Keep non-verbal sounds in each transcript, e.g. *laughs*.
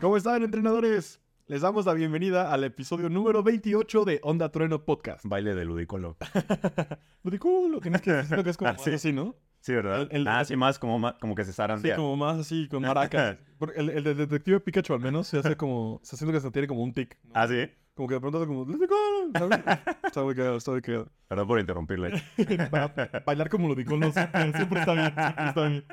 ¿Cómo están, entrenadores? Les damos la bienvenida al episodio número 28 de Onda Trueno Podcast. Baile de ludicolo. Ludicolo, que no es que, no que es como *laughs* Ah, sí. más así, ¿no? Sí, ¿verdad? El- el- ah, sí, más como, ma- como que se zaran. Sí, como más así, con maracas. Porque el, el de Detective Pikachu al menos se hace como, se siente que se tiene como un tic. ¿no? *laughs* Ah, sí. Como que de pronto hace como, ludicolo, *laughs* ¿sabes? Está muy cagado, está muy cagado. Perdón por interrumpirle. Ba- Bailar como ludicolos siempre siempre está bien, siempre está bien.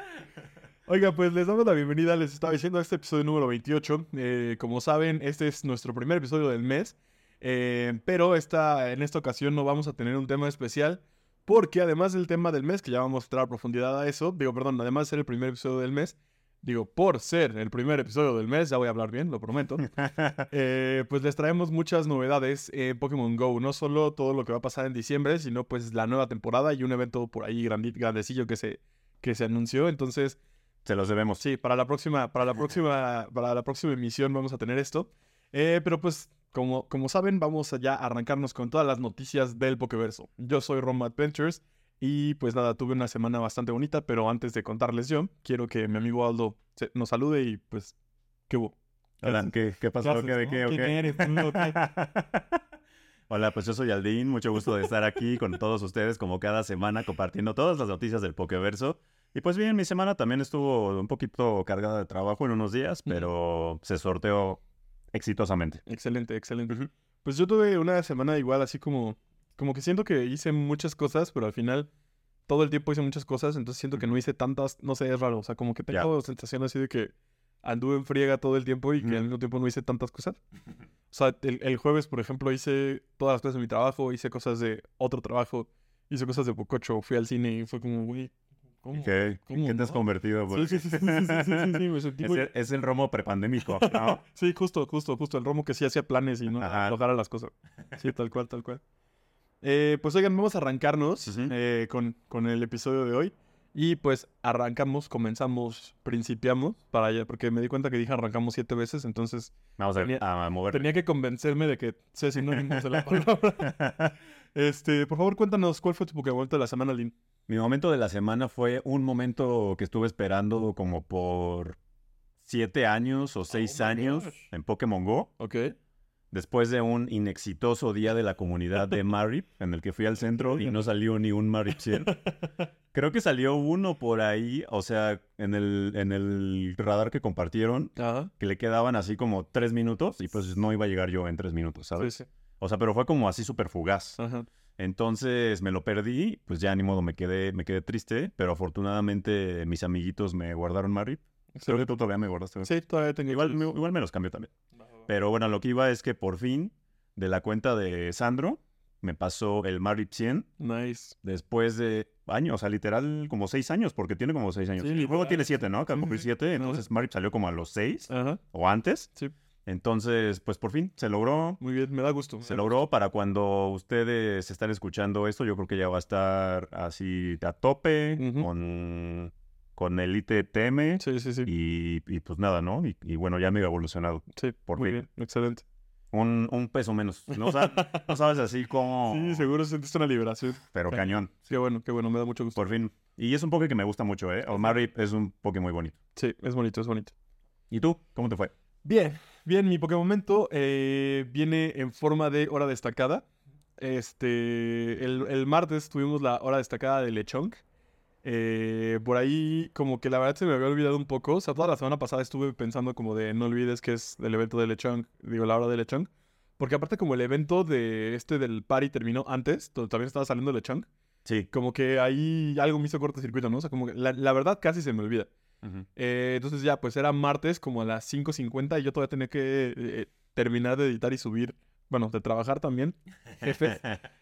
Oiga, pues les damos la bienvenida, les estaba diciendo a este episodio número 28. Eh, como saben, este es nuestro primer episodio del mes, Eh, pero esta, en esta ocasión no vamos a tener un tema especial, porque además del tema del mes, que ya vamos a entrar a profundidad a eso, digo, perdón, además de ser el primer episodio del mes, digo, por ser el primer episodio del mes, ya voy a hablar bien, lo prometo. Eh, pues les traemos muchas novedades en Pokémon Go, no solo todo lo que va a pasar en diciembre, sino pues la nueva temporada y un evento por ahí grandi- grandecillo que se, que se anunció. Entonces, se los *laughs* debemos. sí, para la próxima, para la próxima, para la próxima emisión vamos a tener esto. Eh, pero pues, como, como saben, vamos allá a arrancarnos con todas las noticias del Pokéverso. Yo soy Roma Adventures y pues nada, tuve una semana bastante bonita, pero antes de contarles yo, quiero que mi amigo Aldo se- nos salude y pues, ¿qué hubo? Hola, ¿qué, qué pasó? ¿Qué, de qué, o qué? *laughs* Hola, pues yo soy Aldin. Mucho gusto de estar aquí con todos ustedes, como cada semana, compartiendo todas las noticias del Pokeverso. Y pues bien, mi semana también estuvo un poquito cargada de trabajo en unos días, pero se sorteó exitosamente. Excelente, excelente. Pues yo tuve una semana igual, así como, como que siento que hice muchas cosas, pero al final todo el tiempo hice muchas cosas, entonces siento que no hice tantas, no sé, es raro, o sea, como que Ya. tengo sensación así de que anduve en friega todo el tiempo y que Ujú. al mismo tiempo no hice tantas *laughs* cosas. O sea, el, el jueves, por ejemplo, hice todas las cosas de mi trabajo, hice cosas de otro trabajo, hice cosas de Pococho, fui al cine y fue como, güey, ¿cómo? ¿Qué, ¿Cómo ¿qué te has no? convertido? Sí, pues? sí, sí, sí, sí, sí, sí, sí, me sentí *laughs* Es, muy- el, es el romo prepandémico. ¿no? *laughs* Sí, justo, justo, justo. El Romo que sí hacía planes y no Ah. Ajá. aflojara las cosas. Sí, tal cual, tal cual. Eh, pues oigan, vamos a arrancarnos Ujú. eh, con, con el episodio de hoy. Y pues arrancamos, comenzamos, principiamos para allá, porque me di cuenta que dije arrancamos siete veces, entonces Vamos a, Tenía- a *laughs* mover. tenía que convencerme de que sé sinónimos *laughs* de la palabra. Este, por favor, cuéntanos cuál fue tu Pokémon de la semana, Lin. Mi momento de la semana fue un momento que estuve esperando como por siete años o seis Oh my años gosh. en Pokémon Go, Ok. después de un inexitoso día de la comunidad de Marip, en el que fui al centro y no salió ni un *laughs* Marip 100. Creo que salió uno por ahí, o sea, en el, en el radar que compartieron, Ajá. que le quedaban así como tres minutos y pues no iba a llegar yo en tres minutos, Sí, ¿sabes? sí. O sea, pero fue como así súper fugaz. Ajá. Entonces me lo perdí, pues ya ni modo, me quedé, me quedé triste, pero afortunadamente mis amiguitos me guardaron Marip. Creo que tú todavía me guardaste. Sí, todavía tengo. Igual, me- igual me los cambió también. Pero bueno, lo que iba es que por fin, de la cuenta de Sandro, me pasó el Marip 100 Nice. después de años, o sea, literal como seis años, porque tiene como seis años. Sí, el juego literal, tiene siete, ¿no? Acaba Sí, de sí, cumplir sí. siete, entonces Marip salió como a los seis Ajá. o antes. Sí. Entonces, pues por fin se logró. Muy bien, me da gusto. me Se da logró para cuando ustedes están escuchando esto, yo creo que ya va a estar así a tope Ujú. con, con Elite TM Sí, sí, sí. y, y pues nada, ¿no? Y, y bueno, ya me he evolucionado. Sí, por muy fin. bien, excelente. Un, un peso menos. No, *laughs* O sea, no sabes así como... Sí, seguro sentiste una liberación. Pero cañón, Qué bueno, qué bueno, me da mucho gusto. por fin. Y es un poke que me gusta mucho, ¿eh? Omari es un poke muy bonito. Sí, es bonito, es bonito. ¿Y tú? ¿Cómo te fue? Bien, bien, mi Pokémomento eh, viene en forma de hora destacada. Este, el, el martes tuvimos la hora destacada de Lechonk. Eh, por ahí, como que la verdad se me había olvidado un poco. O sea, toda la semana pasada estuve pensando como de no olvides que es el evento de Lechonk, digo, la hora de Lechonk. Porque aparte como el evento de este del party terminó antes, donde también estaba saliendo Lechonk, Sí. como que ahí algo me hizo cortocircuito, ¿no? O sea, como que la, la verdad casi se me olvida. Eh, entonces ya, pues era martes como a las 5.50 y yo todavía tenía que eh, terminar de editar y subir, bueno, de trabajar también, jefe,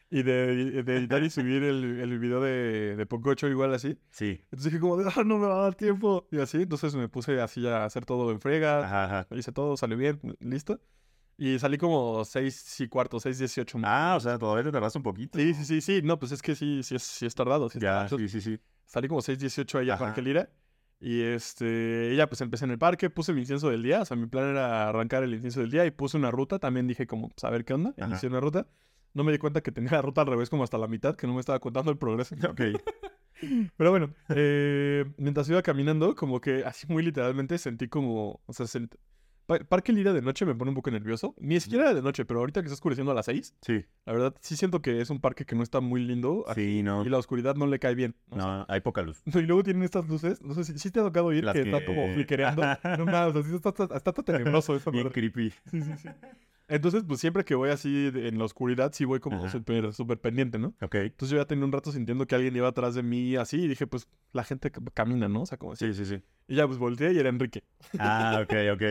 y de, de editar y subir el, el video de, de Pococho igual así. *laughs* sí. Entonces dije como, de, ah, no me va a dar tiempo. Y así, entonces me puse así a hacer todo en frega, Ajá, ajá. hice todo, salió bien, listo. Y salí como 6 y cuarto, 6.18. Ah, o sea, todavía te tardaste un poquito. Sí, sí, sí, sí, no, pues es que sí, sí es, sí es tardado. sí es Ya, tardado. sí, sí, sí. Salí como 6.18 allá con Ajá. Angelina. Y este, ella pues empecé en el parque, puse mi incienso del día. O sea, mi plan era arrancar el incienso del día y puse una ruta. También dije como, pues a ver qué onda. Ajá. Inicié una ruta. No me di cuenta que tenía la ruta al revés como hasta la mitad, que no me estaba contando el progreso. *laughs* Ok. Pero bueno, eh, mientras iba caminando, como que así muy literalmente sentí como, o sea, sent- Pa- Parque Lira de noche me pone un poco nervioso. Ni siquiera de noche, pero ahorita que está oscureciendo a las 6, *laughs* Sí, la verdad sí siento que es un parque que no está muy lindo ah, sí, no. y la oscuridad no le cae bien. ¿no? No, hay poca luz. No, *laughs* y luego tienen estas luces, no sé si, si te ha tocado ir Las que, está que- como *laughs* fliquereando. No mames, o sea, sí está, está, está tan tenebroso *laughs* eso, Bien ¿verdad? creepy. Sí, sí, sí. Entonces, pues siempre que voy así de- en la oscuridad, sí voy como Ajá. súper súper pendiente, ¿no? Ok. Entonces yo ya tenía un rato sintiendo que alguien iba atrás de mí así y dije, pues la gente ca- camina, ¿no? O sea, como así. Sí, sí, sí. Y ya pues volteé y era Enrique. Ah, ok, ok.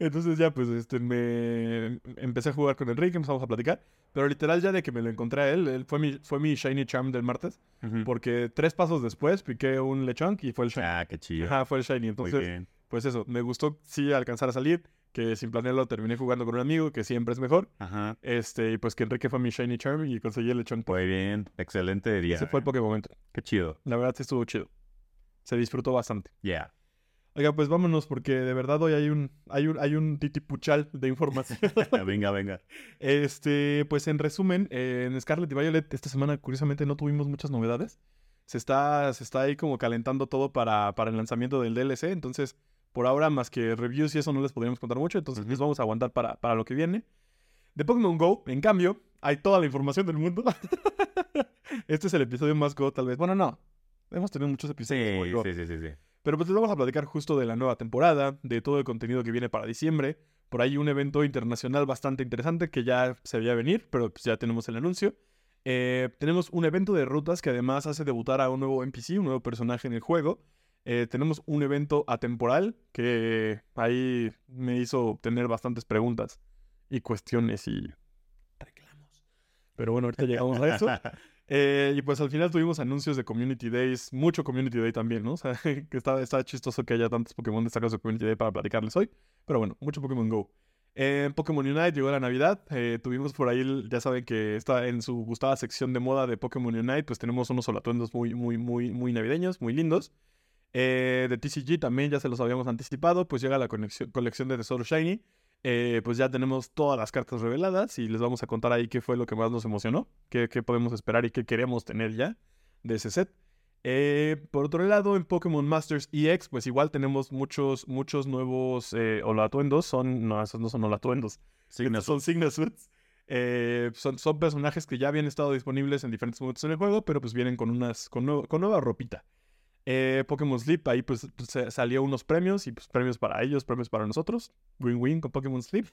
Entonces ya pues este, me empecé a jugar con Enrique, empezamos a platicar. Pero literal ya de que me lo encontré a él, él fue mi, fue mi Shiny Charm del martes. *laughs* Ujú. Porque tres pasos después piqué un lechonk y fue el Shiny. *laughs* Ah, qué chido. Ajá, fue el Shiny. Muy Entonces, bien. pues eso, me gustó sí alcanzar a salir, que sin planearlo terminé jugando con un amigo, que siempre es mejor. Ajá. Este, y pues que Enrique fue mi Shiny Charm y conseguí el lechón. Muy bien. Excelente día. Ese fue el Pokémon. Qué chido. La verdad sí estuvo chido. Se disfrutó bastante. *laughs* Yeah. Oiga, pues vámonos porque de verdad hoy hay un, hay un, hay un titipuchal de información. *laughs* venga, venga. este, pues en resumen, eh, en Scarlet y Violet esta semana curiosamente no tuvimos muchas novedades. Se está, se está ahí como calentando todo para, para el lanzamiento del DLC, entonces por ahora más que reviews y eso no les podríamos contar mucho, entonces nos vamos a aguantar para, para lo que viene. De Pokémon Go, en cambio, hay toda la información del mundo. *laughs* este es el episodio más Go tal vez. Bueno, no. Hemos tenido muchos episodios. muy Sí, Go. sí, sí, sí, sí. Pero pues les vamos a platicar justo de la nueva temporada, de todo el contenido que viene para diciembre. Por ahí un evento internacional bastante interesante que ya se veía venir, pero pues ya tenemos el anuncio. Eh, tenemos un evento de rutas que además hace debutar a un nuevo NPC, un nuevo personaje en el juego. Eh, tenemos un evento atemporal que ahí me hizo tener bastantes preguntas y cuestiones y reclamos. Pero bueno, ahorita llegamos a *laughs* eso. Eh, y pues al final tuvimos anuncios de Community Days, mucho Community Day también, ¿no? *laughs* O sea, que está, está chistoso que haya tantos Pokémon destacados de Community Day para platicarles hoy. Pero bueno, mucho Pokémon Go. Eh, Pokémon Unite llegó la Navidad. eh, tuvimos por ahí, el- ya saben que está en su gustada sección de moda de Pokémon Unite, pues tenemos unos solatuendos muy, muy, muy, muy navideños, muy lindos. Eh, de TCG también ya se los habíamos anticipado, pues llega la conexión- colección de Tesoro Shiny. Eh, pues ya tenemos todas las cartas reveladas y les vamos a contar ahí qué fue lo que más nos emocionó, qué, qué podemos esperar y qué queremos tener ya de ese set. Eh, por otro lado, en Pokémon Masters EX, pues igual tenemos muchos, muchos nuevos eh, olatuendos. Son, no, esos no son olatuendos. Sí, Estos Son *laughs* Signasuits. Eh, son, son personajes que ya habían estado disponibles en diferentes momentos en el juego, pero pues vienen con unas con, nue- con nueva ropita. Eh, Pokémon Sleep, ahí pues se- salió unos premios y pues premios para ellos, premios para nosotros. Win-win con Pokémon Sleep.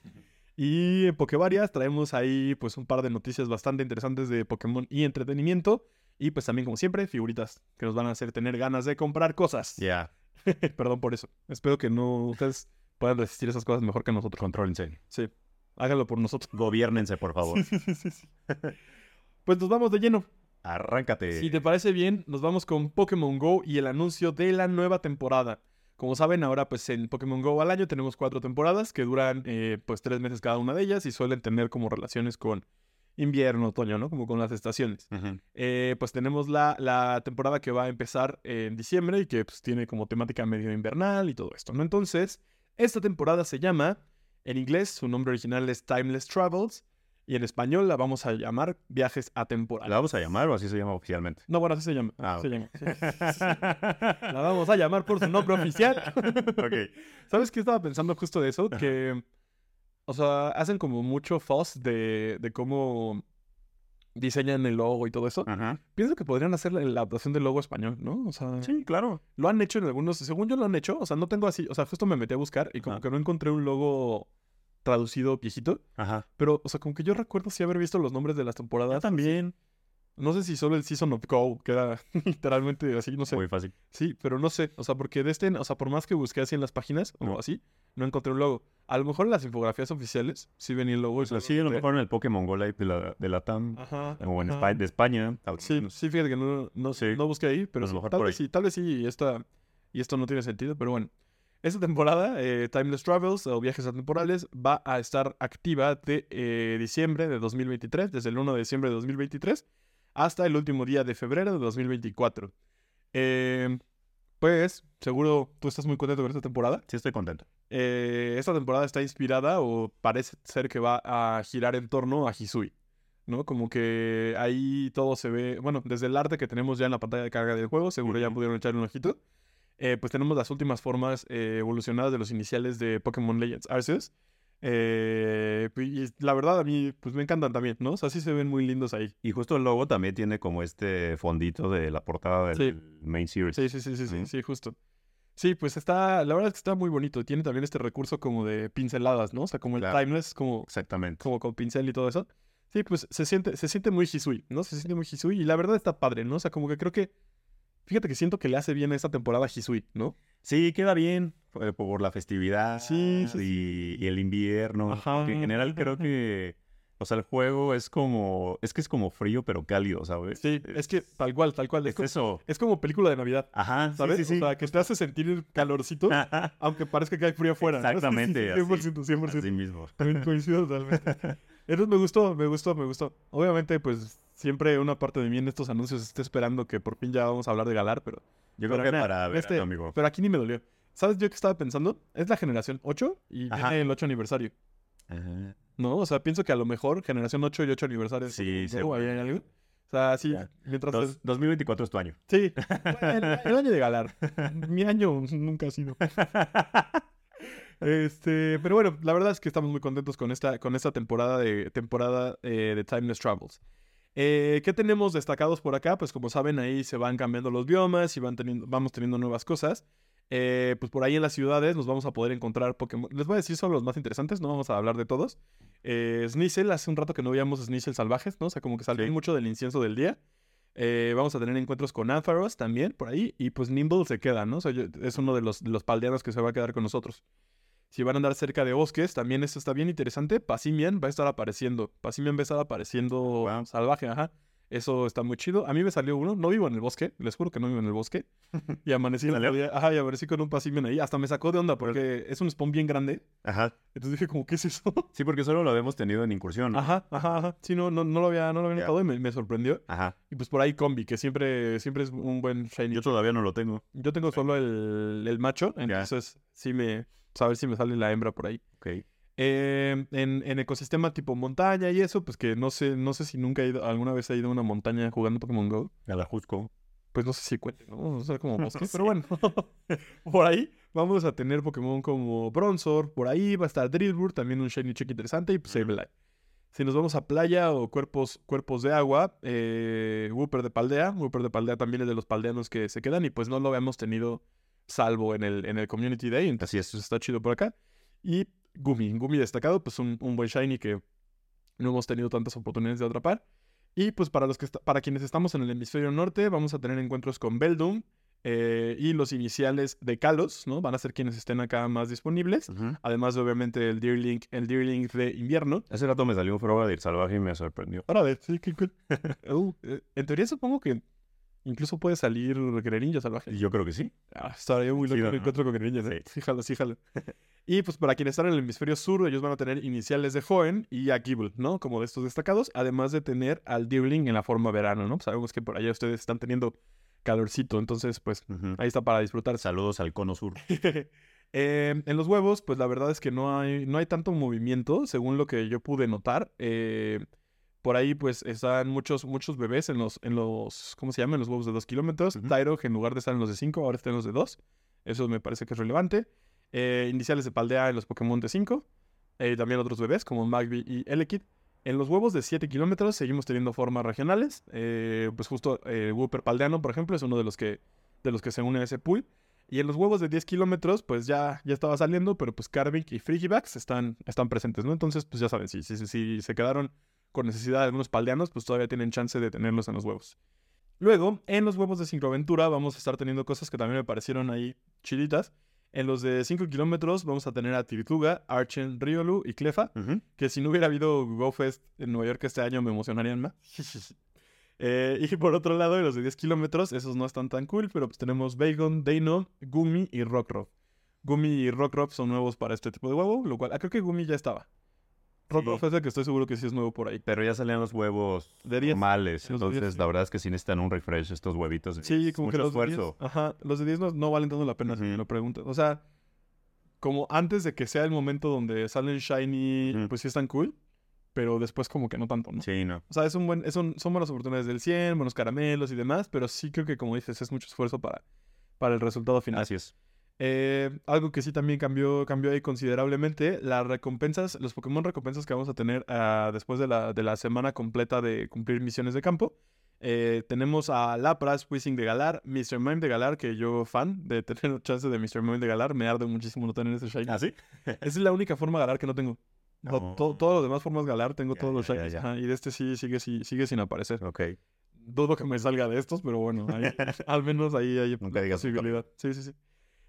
Y en Pokevarias traemos ahí pues un par de noticias bastante interesantes de Pokémon y entretenimiento. Y pues también como siempre, figuritas que nos van a hacer tener ganas de comprar cosas. Yeah. *laughs* Perdón por eso. Espero que no ustedes puedan resistir esas cosas mejor que nosotros. Contrólense. Sí, háganlo por nosotros. Gobiernense, por favor. Pues nos vamos de lleno. Arráncate. Si te parece bien, nos vamos con Pokémon Go y el anuncio de la nueva temporada. Como saben, ahora pues en Pokémon Go al año tenemos cuatro temporadas que duran eh, pues tres meses cada una de ellas y suelen tener como relaciones con invierno, otoño, ¿no? Como con las estaciones. Ujú. Eh, pues tenemos la, la temporada que va a empezar en diciembre y que pues, tiene como temática medio invernal y todo esto, ¿no? Entonces, esta temporada se llama, en inglés su nombre original es Timeless Travels y en español la vamos a llamar Viajes ¿La Atemporales. vamos a llamar o así se llama oficialmente? No, bueno, así se llama. Ah, se ok. llama, sí. *laughs* La vamos a llamar por su nombre oficial. *laughs* *laughs* ok. ¿Sabes qué estaba pensando justo de eso? Que, o sea, hacen como mucho fuss de, de cómo diseñan el logo y todo eso. Ajá. Pienso que podrían hacer la, la adaptación del logo español, ¿no? O sea, Sí, claro. lo han hecho en algunos, según yo lo han hecho, o sea, no tengo así, o sea, justo me metí a buscar y como Ajá. que no encontré un logo traducido viejito, Ajá. pero, o sea, como que yo recuerdo sí haber visto los nombres de las temporadas. también. No sé si solo el Season of Go queda *laughs* literalmente así, no sé. Muy fácil. Sí, pero no sé, o sea, porque de este, o sea, por más que busqué así en las páginas o Ajá. así, no encontré un logo. A lo mejor en las infografías oficiales sí venía el logo. y Pues así, solo a lo encontré- mejor en el Pokémon Go Live de la, de la TAM Ajá. o en Ah, ajá. España, de España. Sí, sí, fíjate que no, no, Sí. no busqué ahí, pero A lo sí, mejor tal por vez ahí. sí, tal vez sí, y, esta, y esto no tiene sentido, pero bueno. Esta temporada, eh, Timeless Travels o Viajes Atemporales, va a estar activa de eh, diciembre de 2023, desde el 1 de diciembre de 2023 hasta el último día de febrero de 2024. Eh, pues, seguro tú estás muy contento con esta temporada. Sí, estoy contento. Eh, esta temporada está inspirada o parece ser que va a girar en torno a Hisui, ¿no? Como que ahí todo se ve, bueno, desde el arte que tenemos ya en la pantalla de carga del juego, seguro ya Ujú. pudieron echarle un ojito. eh, pues tenemos las últimas formas eh, evolucionadas de los iniciales de Pokémon Legends Arceus. Eh, pues, y la verdad, a mí pues me encantan también, ¿no? O sea, sí se ven muy lindos ahí. Y justo el logo también tiene como este fondito de la portada del Sí. main series. Sí, sí, sí, sí, sí, Ujú. sí, justo. Sí, pues está, la verdad es que está muy bonito. Tiene también este recurso como de pinceladas, ¿no? O sea, como el Claro. timeless, como, Exactamente. como con pincel y todo eso. Sí, pues se siente, se siente muy Hisui, ¿no? Se siente muy Hisui y la verdad está padre, ¿no? O sea, como que creo que, fíjate que siento que le hace bien a esta temporada a Hisui, ¿no? Sí, queda bien eh, por la festividad Sí, sí, Y, y el invierno. Ajá. Que *laughs* en general creo que, o sea, el juego es como, es que es como frío pero cálido, ¿sabes? Sí, es que tal cual, tal cual. Es, Es co- eso. es como película de Navidad, Ajá, sí, ¿sabes? sí, sí. O sea, que te hace sentir calorcito, Ajá, aunque parezca que hay frío afuera. ¿no? Sí, sí, sí, Exactamente, así. 100%, 100%. *laughs* *laughs* Así mismo. Coin- Coincido totalmente. Entonces me gustó, me gustó, me gustó. Obviamente, pues siempre una parte de mí en estos anuncios está esperando que por fin ya vamos a hablar de Galar, pero, Yo Pero creo que mira, para ver, este- amigo. *laughs* pero aquí ni me dolió. ¿Sabes yo qué estaba pensando? Es la generación 8 y Ajá. viene el 8 aniversario, Ajá. ¿no? O sea, pienso que a lo mejor generación 8 y 8 aniversario. Sí, ¿no? ¿Hay algo? O sea, sí, Ya. mientras... Dos- 2024 es tu año. *laughs* Sí, el, el año de Galar. Mi año nunca ha sido. Este, pero bueno, la verdad es que estamos muy contentos con esta, con esta temporada de temporada eh, de Timeless Travels. Eh, ¿Qué tenemos destacados por acá? Pues como saben, ahí se van cambiando los biomas y van teniendo, vamos teniendo nuevas cosas. Eh, pues por ahí en las ciudades nos vamos a poder encontrar Pokémon. Les voy a decir solo los más interesantes, no vamos a hablar de todos. Eh, Sneasel, hace un rato que no veíamos Sneasel salvajes, ¿no? O sea, como que salen Sí. mucho del incienso del día. Eh, vamos a tener encuentros con Ampharos también por ahí. Y pues Nimble se queda, ¿no? O sea, yo- es uno de los, de los paldeanos que se va a quedar con nosotros. Si van a andar cerca de bosques, también esto está bien interesante. Pasimian va a estar apareciendo. Pasimian va a estar apareciendo Wow. salvaje, ajá. Eso está muy chido. A mí me salió uno. No vivo en el bosque. Les juro que no vivo en el *laughs* bosque. Y amanecí, el otro ¿Salió? día- ajá, y amanecí con un Pasimian ahí. Hasta me sacó de onda porque es un spawn bien grande. Ajá. Entonces dije, como, ¿qué es *laughs* eso? Sí, porque solo lo habíamos tenido en incursión. Ajá. Ajá, ajá, ajá. Sí, no, no, no lo había, no lo había Ya. notado y me, me sorprendió. Y pues por ahí combi, que siempre, siempre es un buen shiny. Yo Yo, todavía no lo tengo. tengo solo el, el macho, entonces sí me... pues, a ver si me sale la hembra por ahí. Ok. Eh, en, en ecosistema tipo montaña y eso, pues que no sé, no sé si nunca he ido, alguna vez he ido a una montaña jugando Pokémon GO. A la Jusco. Pues no sé si cuente, ¿no? O sea, *laughs* como No bosque, sé. pero bueno. por ahí vamos a tener Pokémon como Bronzor, por ahí va a estar Drillbur, también un Shiny Check interesante, y pues Ujú. Sableye. Si nos vamos a playa o cuerpos, cuerpos de agua, eh, Wooper de Paldea. Wooper de Paldea también es de los paldeanos que se quedan y pues no lo habíamos tenido salvo en el, en el Community Day, entonces Así es. está chido por acá. Y Gumi, Gumi destacado, pues un, un buen Shiny que no hemos tenido tantas oportunidades de atrapar. Y pues para, los que esta- para quienes estamos en el hemisferio norte, vamos a tener encuentros con Beldum eh, y los iniciales de Kalos, ¿no? Van a ser quienes estén acá más disponibles. Ujú. Además de obviamente el Deerling, el Deerling de invierno. Hace rato me salió un Frogadier salvaje y me sorprendió. Órale, sí, qué *laughs* cool. Uh, eh, en teoría supongo que incluso puede salir Greninja salvaje. Yo creo que sí. Ah, estaría muy loco Chido, un ¿no? encuentro con Greninja, ¿no? Sí. Sí, jalo, sí, jalo. Y pues para quienes están en el hemisferio sur, ellos van a tener iniciales de Hoenn y a Gible, ¿no? Como de estos destacados, además de tener al Deerling en la forma verano, ¿no? Sabemos que por allá ustedes están teniendo calorcito, entonces pues Ujú. ahí está para disfrutar. Saludos al Cono Sur. *laughs* Eh, en los huevos, pues la verdad es que no hay, no hay tanto movimiento, según lo que yo pude notar. Eh, por ahí, pues, están muchos, muchos bebés en los, en los, ¿cómo se llaman? En los huevos de 2 kilómetros. Ujú. Tyro, que en lugar de estar en los de 5, ahora está en los de 2. Eso me parece que es relevante. Eh, iniciales de Paldea en los Pokémon de 5. Eh, también otros bebés, como Magby y Elekid. En los huevos de 7 kilómetros seguimos teniendo formas regionales. Eh, pues justo eh, Wooper Paldeano, por ejemplo, es uno de los que, de los que se une a ese pool. Y en los huevos de 10 kilómetros, pues ya, ya estaba saliendo, pero pues Karvik y Frigivax están, están presentes, ¿no? Entonces, pues ya saben, si, si, si- si se quedaron con necesidad de algunos paldeanos, pues todavía tienen chance de tenerlos en los huevos. Luego, en los huevos de Sincroaventura vamos a estar teniendo cosas que también me parecieron ahí chiditas. En los de 5 kilómetros vamos a tener a Tirituga, Archen, Riolu y Clefa, Ujú. que si no hubiera habido GoFest en Nueva York este año me emocionarían más. *laughs* Eh, y por otro lado, en los de 10 kilómetros, esos no están tan cool, pero pues tenemos Bagon, Deino, Gumi y Rockruff. Gumi y Rockruff son nuevos para este tipo de huevo, lo cual ah, creo que Gumi ya estaba. Rockruff Sí. es el que estoy seguro que sí es nuevo por ahí. Pero ya salían los huevos De diez. normales. Los de diez, Entonces, sí. la verdad es que sí necesitan un refresh estos huevitos. de Sí, diez. como que Mucho los de 10, esfuerzo. ajá, los de 10 no, no valen tanto la pena si me Ujú. lo preguntas. O sea, como antes de que sea el momento donde salen Shiny, Ujú. pues sí están cool, pero después como que no tanto, ¿no? Sí, no. O sea, es un buen, es un- son buenas oportunidades del 100, buenos caramelos y demás, pero sí creo que, como dices, es mucho esfuerzo para, para el resultado final. Así es. Eh, algo que sí también cambió, cambió ahí considerablemente, las recompensas, los Pokémon recompensas que vamos a tener ah, después de la, de la semana completa de cumplir misiones de campo. Eh, tenemos a Lapras, Wizzing de Galar, Mr. Mime de Galar, que yo fan de *laughs* tener chance de Mr. Mime de Galar, me arde muchísimo no tener ese Shiny. ¿Ah, sí? Esa es la única forma Galar que no tengo. O sea, No. to- todas las demás formas Galar tengo Ya, todos los ya, ya, Shinies. ya. ajá, y de este sí sigue, sí sigue sin aparecer. Ok. Dudo que me salga de estos, pero bueno, *laughs* ahí- al menos ahí hay Nunca la digas nunca. posibilidad. Sí, sí, sí.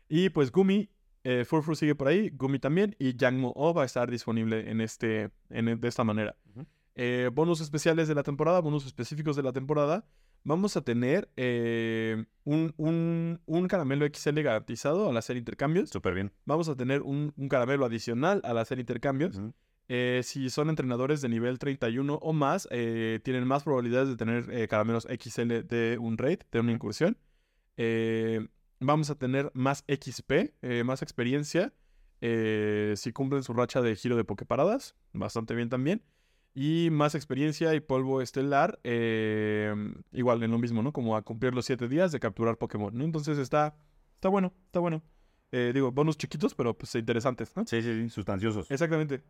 Y pues Gumi, eh, Furfur sigue por ahí, Gumi también, y Yangmo-O va a estar disponible en este, en, e- de esta manera. Ujú. Eh, bonus especiales de la temporada, bonus específicos de la temporada. Vamos a tener eh, un, un, un caramelo XL garantizado al hacer intercambios. Súper bien. Vamos a tener un, un caramelo adicional al hacer intercambios. Ujú. Eh, si son entrenadores de nivel 31 o más, eh, tienen más probabilidades de tener eh, caramelos XL de un raid, de una incursión. Eh, vamos a tener más XP, eh, más experiencia. eh, si cumplen su racha de giro de pokeparadas, bastante bien también. Y más experiencia y polvo estelar, eh, igual en lo mismo, ¿no? Como a cumplir los 7 días de capturar Pokémon, ¿no? Entonces está, está bueno, está bueno. Eh, digo, bonus chiquitos, pero pues interesantes, ¿no? Sí, sí, sí, sustanciosos. Exactamente.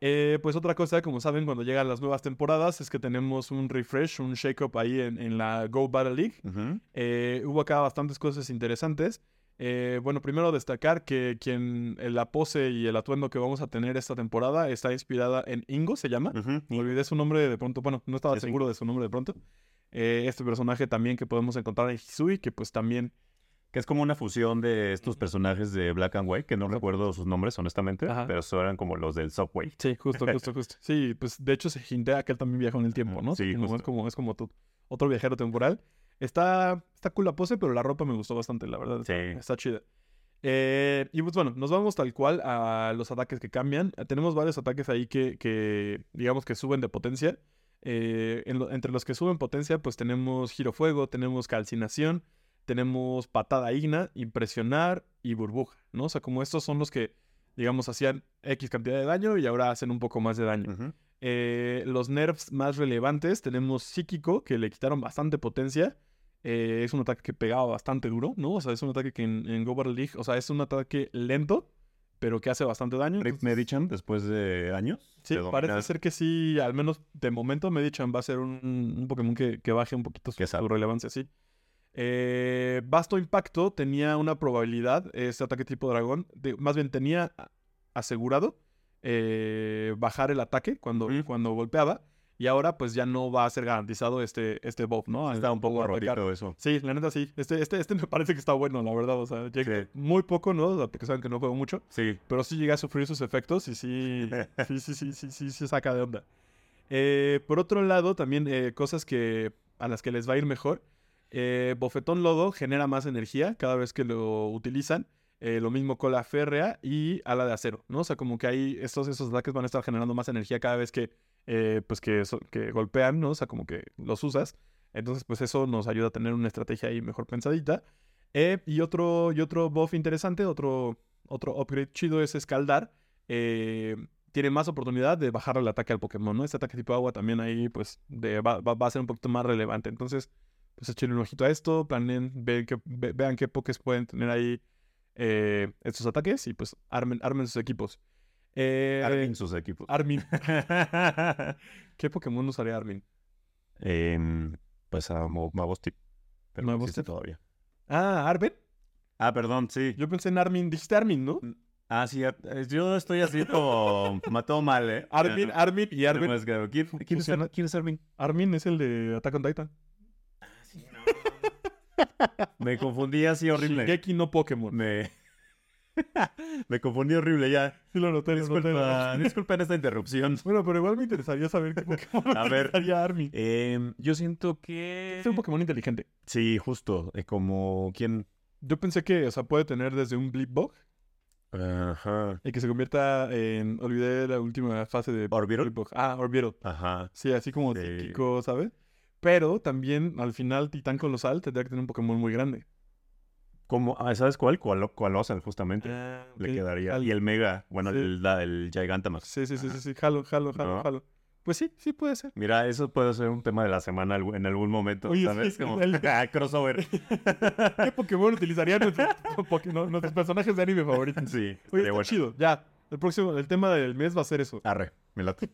Eh, pues otra cosa, como saben, cuando llegan las nuevas temporadas es que tenemos un refresh, un shake-up ahí en, en la Go Battle League. Ujú. Eh, hubo acá bastantes cosas interesantes. Eh, bueno, primero destacar que quien eh, la pose y el atuendo que vamos a tener esta temporada está inspirada en Ingo, se llama. Ujú. Me olvidé su nombre de pronto, bueno, no estaba Mm. Sí, sí. seguro de su nombre de pronto. Eh, este personaje también que podemos encontrar en Hisui, que pues también... Que es como una fusión de estos personajes de Black and White, que no recuerdo sus nombres, honestamente, Ajá. pero son eran como los del Subway. Sí, justo, justo, *laughs* justo. Sí, pues de hecho se hintea que él también viajó en el tiempo, Ajá, ¿no? sí, Como- Es justo. como, es como tu- otro viajero temporal. Está, está cool la pose, pero la ropa me gustó bastante, la verdad. Sí. Está chida. Eh, y pues bueno, nos vamos tal cual a los ataques que cambian. Eh, Tenemos varios ataques ahí que, que digamos que suben de potencia. Eh, en lo- entre los que suben potencia, pues tenemos girofuego, tenemos calcinación, tenemos patada igna, impresionar y burbuja, ¿no? O sea, como estos son los que, digamos, hacían X cantidad de daño y ahora hacen un poco más de daño. Ujú. Eh, los nerfs más relevantes tenemos Psíquico, que le quitaron bastante potencia. Eh, es un ataque que pegaba bastante duro, ¿no? O sea, es un ataque que en, en Go Battle League, o sea, es un ataque lento, pero que hace bastante daño. Rick entonces- Medichan, después de años. Sí, de parece dominar- ser que sí, al menos de momento Medichan va a ser un, un Pokémon que, que baje un poquito su, Que sabe. su relevancia, sí. Eh, Vasto Impacto tenía una probabilidad, este ataque tipo dragón, de- más bien tenía a- asegurado eh, bajar el ataque cuando, Ujú. cuando golpeaba y ahora pues ya no va a ser garantizado este, este buff, ¿no? Al- Está un poco al atacar. rotito eso. Sí, la neta sí. Este, este, este me parece que está bueno, la verdad. O sea, llegué Sí. muy poco, ¿no? O sea, Porque saben que no juego mucho Sí. pero sí llega a sufrir sus efectos y sí, sí, sí, sí, sí, sí, se saca de onda. Eh, por otro lado, también eh, cosas que a las que les va a ir mejor. Eh, bofetón lodo genera más energía cada vez que lo utilizan. Eh, lo mismo cola férrea y ala de acero, ¿no? O sea, como que ahí estos, esos ataques van a estar generando más energía cada vez que, eh, pues que, so- que golpean, ¿no? O sea, como que los usas. Entonces, pues eso nos ayuda a tener una estrategia ahí mejor pensadita. Eh, y, otro, y otro buff interesante, otro otro upgrade chido es escaldar. eh, tiene más oportunidad de bajar el ataque al Pokémon, ¿no? Este ataque tipo agua también ahí, pues, de- va, va- va a ser un poquito más relevante. Entonces, pues echen un ojito a esto, planeen, ve que- ve- vean qué Pokés pueden tener ahí eh, estos ataques y pues armen, armen sus equipos. Eh, Armin, sus equipos. *laughs* Armin. ¿Qué Pokémon usaría Armin? Em, pues a Mo- Mabostip. Pero no Mabostip. existe todavía. Ah, Arben. Ah, perdón, sí. Yo pensé en Armin, dijiste Armin, ¿no? Ah, sí, ar- eh, yo estoy así como... mató mal, *laughs* ¿eh? Armin, Armin y Armin. Arben. ¿Quién, quién es, Ar- quién es Armin? Armin es el de Attack on Titan. Me confundí así horrible. Shingeki no Pokémon. Me... *laughs* me confundí horrible ya. Sí lo noté, lo noté. Disculpa, *laughs* disculpen esta interrupción. *laughs* Bueno, pero igual me interesaría saber qué Pokémon A ver. utilizaría Armin. Em, yo siento que... Es un Pokémon inteligente. Sí, justo. eh, como quien... Yo pensé que, o sea, puede tener desde un Blipbog Ajá. y que se convierta en. Olvidé la última fase de Orbital. Blipbog. Ah, Orbital. Ajá. Sí, así como Sí. típico, ¿sabes? Pero también al final Titán Colosal tendría que tener un Pokémon muy grande. Como, ah, ¿Sabes cuál? Cual, Cualosan, justamente. le ok. quedaría. Al- Y el Mega, bueno, Sí. el, la- el Gigantamax. Sí, sí, sí, sí, sí. Jalo, jalo, jalo, ¿No? jalo. Pues sí, sí puede ser. Mira, eso puede ser un tema de la semana algu- en algún momento. Oye, ¿sabes? sí, Como, el- *laughs* ah, *laughs* crossover. ¿Qué Pokémon utilizarían nuestros, Poké- no, nuestros personajes de anime *laughs* favoritos? Sí, Oye, estaría está bueno. chido. Ya, el próximo, el tema del mes va a ser eso. Arre, me late,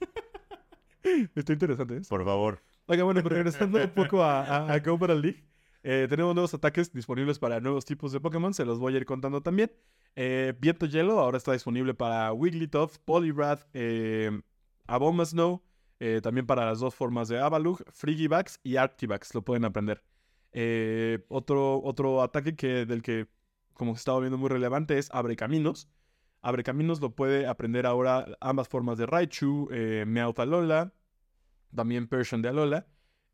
Está interesante, ¿eh? por favor. Oiga, bueno, pero regresando un poco a, a, a Go Battle League, eh, tenemos nuevos ataques disponibles para nuevos tipos de Pokémon, se los voy a ir contando también. Eh, Viento Hielo ahora está disponible para Wigglytuff, Poliwrath, eh, Abomasnow, eh, también para las dos formas de Avalug, Frigivax y Artivax, lo pueden aprender. Eh, otro, otro ataque que, del que, como se está volviendo muy relevante, es Abre Caminos. Abre Caminos lo puede aprender ahora ambas formas de Raichu, eh, Meowth Alola, también Persian de Alola.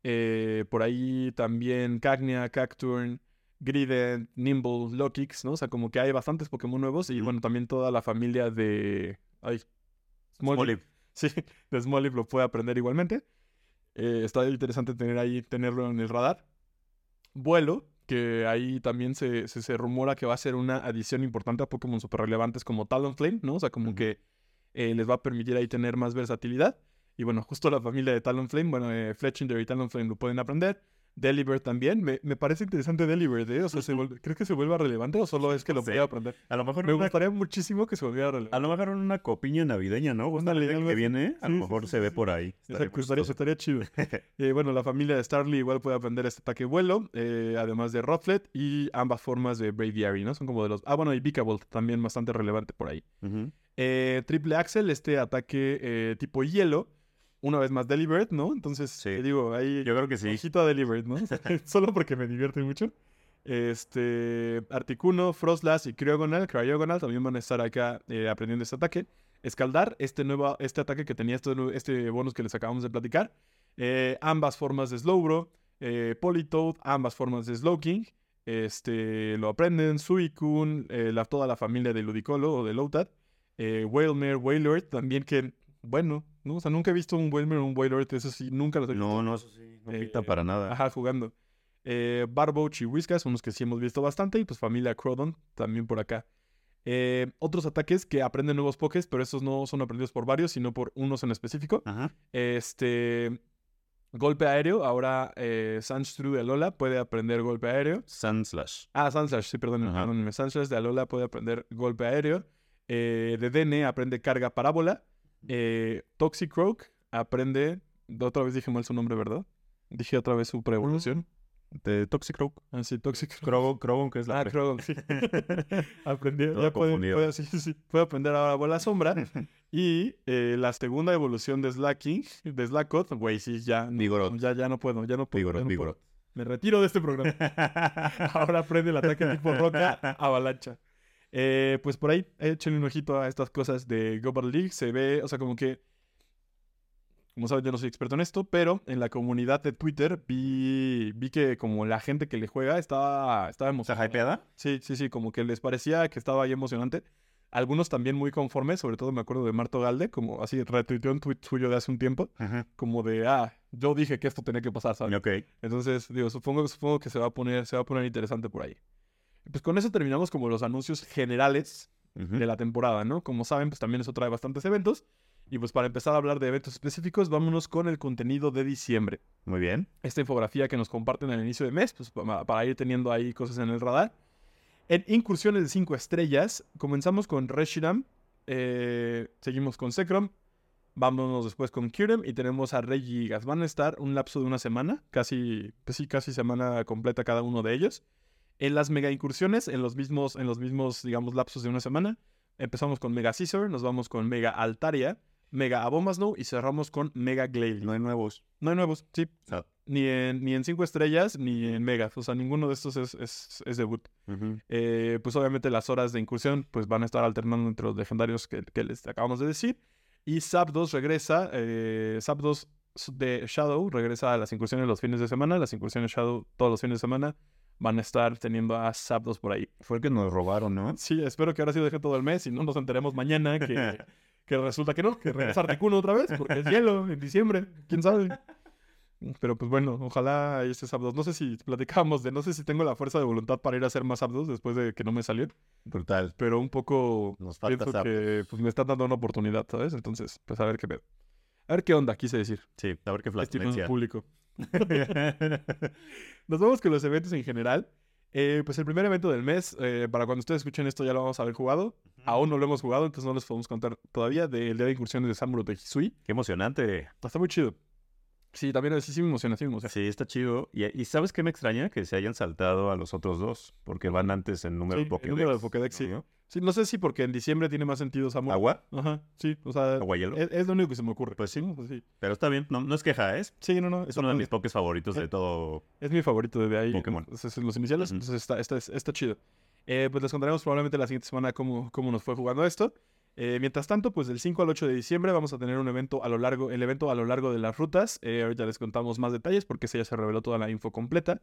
eh, por ahí también Cagnia, Cacturn, Grident, Nimble, Lokix, ¿no? O sea, como que hay bastantes Pokémon nuevos y Ujú. bueno, también toda la familia de. Ay, Smoliv. Olive, Sí, *laughs* de Smoliv lo puede aprender igualmente. Eh, está interesante tener ahí, tenerlo en el radar. Vuelo, que ahí también se, se, se rumora que va a ser una adición importante a Pokémon super relevantes como Talonflame, ¿no? O sea, como Ujú. que eh, les va a permitir ahí tener más versatilidad. Y bueno, justo la familia de Talonflame, bueno, eh, Fletchinder y Talonflame lo pueden aprender. Deliver también, me, me parece interesante Deliver, ¿eh? O sea, se vuelve- ¿crees que se vuelva relevante o solo es que lo sé. pueda aprender? A lo mejor Me una, gustaría muchísimo que se volviera relevante. a lo mejor una copiña navideña, ¿no? Justamente algo que así. viene, a Sí, lo sí, mejor sí, se sí, ve sí. por ahí. Estaría Exacto, estaría, chistoso. estaría chido. *laughs* Eh, bueno, la familia de Starly igual puede aprender este ataque vuelo, eh, además de Rufflet y ambas formas de Braviary, ¿no? Son como de los... Ah, bueno, y Bicabolt, también bastante relevante por ahí. Ujú. Eh, Triple Axel, este ataque eh, tipo hielo, una vez más Deliberate, ¿no? Entonces, Sí. te digo, ahí... Yo creo que sí. Ojito a Deliberate, ¿no? *laughs* Solo porque me divierte mucho. Este, Articuno, Frostlass y Cryogonal, Cryogonal también van a estar acá eh, aprendiendo este ataque. Escaldar, este nuevo, este ataque que tenía este, nu- este bonus que les acabamos de platicar. Eh, ambas formas de Slowbro, eh, Politoed, ambas formas de Slowking. Este, lo aprenden, Suicune, eh, la, toda la familia de Ludicolo o de Lotad. Eh, Wailmer, Wailord, también que, bueno, ¿no? O sea, nunca he visto un Wailmer o un Wailord, eso sí, nunca los he visto. No, no, eso sí, no Eh, pinta para nada. Ajá, jugando. Eh, Barboach y Whiskas, unos que sí hemos visto bastante. Y pues familia Crodon, también por acá. Eh, otros ataques que aprenden nuevos pokés, pero estos no son aprendidos por varios, sino por unos en específico. Ajá. Este. Golpe aéreo. Ahora eh, Sunstrew de Alola puede aprender golpe aéreo. Sandslash. Ah, Sunslash, sí, perdón, Ajá. perdónenme. Sunslash de Alola puede aprender golpe aéreo. Eh, de DN aprende carga parábola. Eh, Toxicroak aprende. Otra vez dije mal su nombre, ¿verdad? Dije otra vez su preevolución. De Toxicroak. Ah, sí, Toxicroak. *laughs* Krogon, Krogon, que es la Ah, *laughs* pre- Krogon, *laughs* sí. Aprendió, Todo ya puede, confundido. puede- sí, sí, sí. Puede aprender ahora bola *laughs* sombra. Y eh, la segunda evolución de Slacking, de Slackot, güey, sí, ya. No, Vigorot. Ya, ya no puedo, ya no puedo. ya Vigorot, no puedo. Vigorot. Me retiro de este programa. *laughs* Ahora aprende el *laughs* ataque tipo roca, avalancha. Eh, pues por ahí, échenle un ojito a estas cosas de Go Battle League. Se ve, o sea, como que. Como saben, yo no soy experto en esto, pero en la comunidad de Twitter vi, vi que como la gente que le juega estaba, estaba ¿Está emocionada. hypeada? Sí, sí, sí, como que les parecía que estaba ahí emocionante. Algunos también muy conformes, sobre todo me acuerdo de Marto Galde, como así retuiteó un tuit suyo de hace un tiempo, Ajá. como de, ah, yo dije que esto tenía que pasar, ¿sabes? Ok. Entonces, digo, supongo, supongo que se va a poner, se va a poner interesante por ahí. Pues con eso terminamos como los anuncios generales Ujú. de la temporada, ¿no? Como saben, pues también eso trae bastantes eventos. Y pues para empezar a hablar de eventos específicos, vámonos con el contenido de diciembre. Muy bien. Esta infografía que nos comparten al inicio de mes, pues pa- para ir teniendo ahí cosas en el radar. En incursiones de 5 estrellas, comenzamos con Reshiram, eh, seguimos con Sekrom, vámonos después con Kyurem y tenemos a Reggie y Gas. Van a estar un lapso de una semana, casi, pues sí, casi semana completa cada uno de ellos. En las mega incursiones, en los mismos, en los mismos digamos, lapsos de una semana, empezamos con Mega Scissor, nos vamos con Mega Altaria, Mega Abomasnow y cerramos con Mega Glalie. No hay nuevos. No hay nuevos, sí, Sad. ni en, ni en cinco estrellas, ni en megas. O sea, ninguno de estos es, es, es debut. Ujú. Eh, pues obviamente las horas de incursión pues van a estar alternando entre los legendarios que, que les acabamos de decir. Y Zapdos regresa, eh, Zapdos de Shadow regresa a las incursiones los fines de semana. Las incursiones Shadow todos los fines de semana van a estar teniendo a Zapdos por ahí. Fue el que nos robaron, ¿no? Sí, espero que ahora sí lo deje todo el mes y no nos enteremos mañana que, que resulta que no, que regresa Articuno otra vez, porque es hielo en diciembre, quién sabe. Pero pues bueno, ojalá ahí esté Zapdos. No sé si platicamos de, no sé si tengo la fuerza de voluntad para ir a hacer más Zapdos después de que no me salió, *laughs* Brutal. pero un poco Nos falta pienso Zapdos. que pues, me están dando una oportunidad, ¿sabes? Entonces, pues a ver qué pedo. A ver qué onda, quise decir. Sí, a ver Este qué tipo de flatulencia. público. Nos vamos con los eventos en general. Eh, pues el primer evento del mes, eh, para cuando ustedes escuchen esto ya lo vamos a haber jugado. Aún no lo hemos jugado, entonces no les podemos contar todavía del día de incursiones de Samuro de Hisui. *laughs* qué emocionante. Está muy chido. Sí, también sí, sí me emociona, sí me emociona. Sí, está chido. Y, y ¿sabes qué me extraña? Que se hayan saltado a los otros dos, porque van antes en número Sí, de el Pokédex. número de Pokédex, sí. ¿No? Sí, no sé si porque en diciembre tiene más sentido Samuro. ¿Agua? Ajá, sí, o sea, ¿Agua hielo? es, es lo único que se me ocurre. Pues sí. ¿no? O sea, sí. Pero está bien, no, no es queja, ¿eh? Sí, no, no. Es uno de mis Pokés favoritos Eh, de todo. Es mi favorito desde ahí. Pokémon. entonces, en los iniciales, Ujú. entonces está, está, está chido. Eh, pues les contaremos probablemente la siguiente semana cómo, cómo nos fue jugando esto. Eh, mientras tanto, pues del 5 al 8 de diciembre vamos a tener un evento a lo largo, el evento a lo largo de las rutas. Eh, ahorita les contamos más detalles porque ese ya se reveló toda la info completa.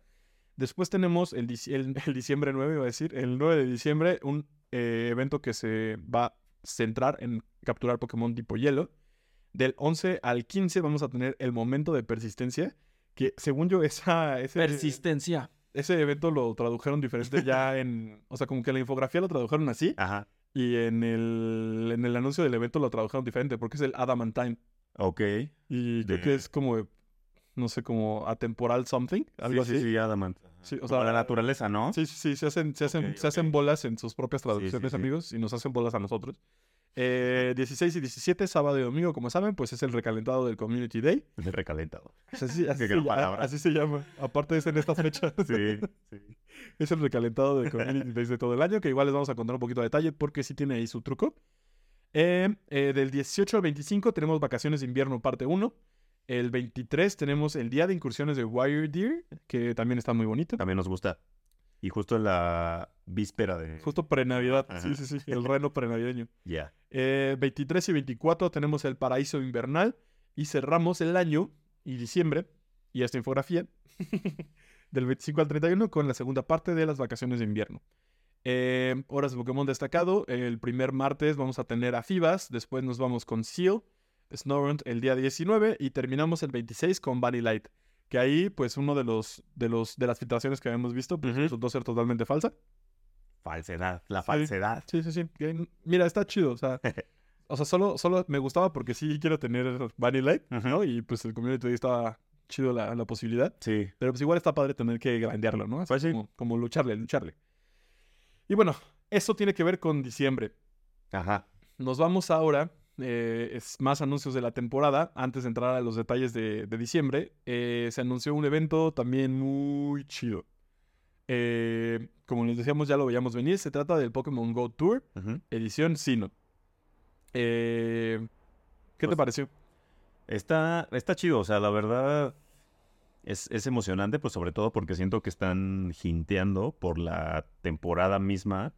Después tenemos el, dic- el, *laughs* el diciembre 9, iba a decir, el 9 de diciembre, un eh, evento que se va a centrar en capturar Pokémon tipo hielo. Del 11 al 15 vamos a tener el momento de persistencia, que según yo *laughs* esa, ese, Persistencia. ese evento lo tradujeron diferente ya en... O sea, como que en la infografía lo tradujeron así Ajá. y en el, en el anuncio del evento lo tradujeron diferente porque es el Adamantine. Ok. Y creo que De- es como, no sé, como atemporal something, algo sí, así. Sí, sí, Adamant. Sí, o Como sea, la naturaleza, ¿no? Sí, sí, sí, se hacen, se hacen, Ok, se hacen ok. bolas en sus propias sí, traducciones, sí. amigos, y nos hacen bolas a nosotros. Eh, 16 y 17, sábado y domingo, como saben, pues es el recalentado del Community Day. Pues, De *laughs* recalentado. *laughs* Así, así, se, gran llama- palabra. así se llama. Aparte es en estas fechas. Sí, sí. *laughs* Es el recalentado del Community Days de todo el año, que igual les vamos a contar un poquito de detalle porque sí tiene ahí su truco. Eh, eh, del 18 al 25 tenemos Vacaciones de Invierno parte 1. El 23 tenemos el Día de Incursiones de Wire Deer, que también está muy bonito. También nos gusta. Y justo en la víspera de... Justo pre-Navidad. Ajá. Sí, sí, sí. El reno pre-navideño. Ya. Eh, 23 y 24 tenemos el paraíso invernal y cerramos el año y diciembre y esta infografía *laughs* del 25 al 31 con la segunda parte de las vacaciones de invierno. Eh, horas de Pokémon destacado, el primer martes vamos a tener a Fibas, después nos vamos con Seal, Snorunt el día 19 y terminamos el 26 con Bunny Light, que ahí pues uno de los de los de las filtraciones que habíamos visto pues, Ujú. resultó ser totalmente falsa. Falsedad, la Sí. falsedad. Sí, sí, sí. Que, Mira, está chido. O *laughs* sea, o sea solo, solo me gustaba porque sí quiero tener Bunny Light, Ajá. ¿no? Y pues el community Day estaba chido la, la posibilidad. Sí. Pero pues igual está padre tener que grandearlo, ¿no? Así Pues sí. como, como lucharle, lucharle. Y bueno, eso tiene que ver con diciembre. Ajá. Nos vamos ahora, eh, es más anuncios de la temporada, antes de entrar a los detalles de, de diciembre, eh, se anunció un evento también muy chido. Eh, como les decíamos, ya lo veíamos venir, se trata del Pokémon Go Tour, Ujú. edición Sino. Eh, ¿Qué te Pues- pareció? Está, está chido, o sea, la verdad es, es emocionante, pues sobre todo porque siento que están jinteando por la temporada misma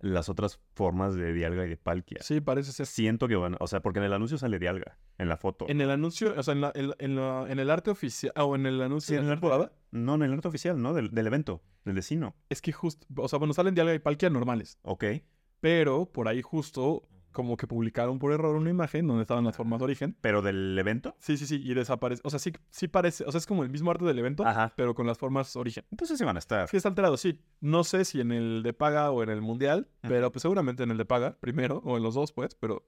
las otras formas de Dialga y de Palkia. Sí, parece ser. Siento que van, o sea, porque en el anuncio sale Dialga, en la foto. En el anuncio, o sea, en, la- en la- en la- en el arte oficial, o en el anuncio Sí, de en la el arte. temporada, No, en el arte oficial, ¿no? Del, del evento, del vecino. es que justo, o sea, bueno, salen Dialga y Palkia normales, Ok. pero por ahí justo como que publicaron por error una imagen donde estaban las Ah. formas de origen. ¿Pero del evento? Sí, sí, sí, y desaparece. O sea, sí, sí parece, o sea, es como el mismo arte del evento, Ajá. pero con las formas origen. Entonces sí van a estar. Sí, está alterado, sí. No sé si en el de paga o en el mundial, Ajá. pero pues seguramente en el de paga primero, o en los dos, pues, pero,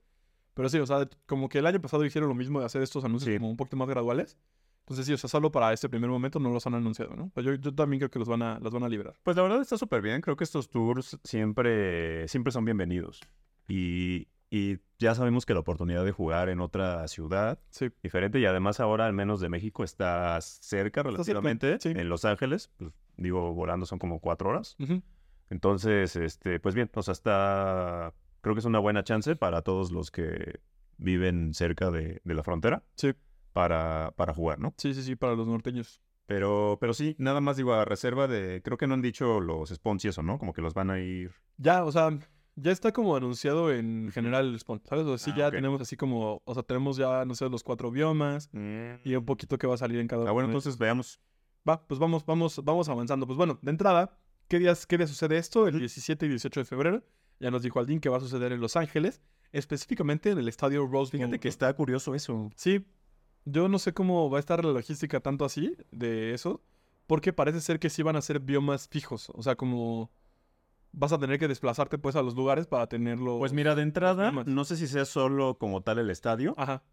pero sí, o sea, como que el año pasado hicieron lo mismo de hacer estos anuncios Sí. como un poquito más graduales. Entonces sí, o sea, solo para este primer momento no los han anunciado, ¿no? Pero yo, yo también creo que los van a, las van a liberar. Pues la verdad está súper bien. Creo que estos tours siempre, siempre son bienvenidos. Y, y ya sabemos que la oportunidad de jugar en otra ciudad Sí. diferente y además ahora, al menos de México, está cerca cerca, relativamente. sí. En Los Ángeles, pues, digo, volando son como cuatro horas. Ujú. Entonces, este, pues bien, o sea, está, creo que es una buena chance para todos los que viven cerca de, de la frontera Sí. para, para jugar, ¿no? Sí, sí, sí, para los norteños. Pero, pero sí, nada más digo, a reserva de, creo que no han dicho los sponsors o no, como que los van a ir Ya, o sea, ya está como anunciado en general el spawn, ¿sabes? O sea, sí, Ah, ya ok. tenemos así como, o sea, tenemos ya anunciados los cuatro biomas y un poquito que va a salir en cada Mm. Ah, bueno, uno de entonces veamos. Va, pues vamos, vamos, vamos avanzando. Pues bueno, de entrada, ¿qué días, qué día sucede esto? El 17 y 18 de febrero. Ya nos dijo Aldin que va a suceder en Los Ángeles, específicamente en el estadio Rose Bowl. ¿no? está curioso eso. Sí, yo no sé cómo va a estar la logística tanto así de eso, porque parece ser que sí van a ser biomas fijos. O sea, como vas a tener que desplazarte pues a los lugares para tenerlo. Pues mira, de entrada, Vamos. no sé si sea solo como tal el estadio Ajá.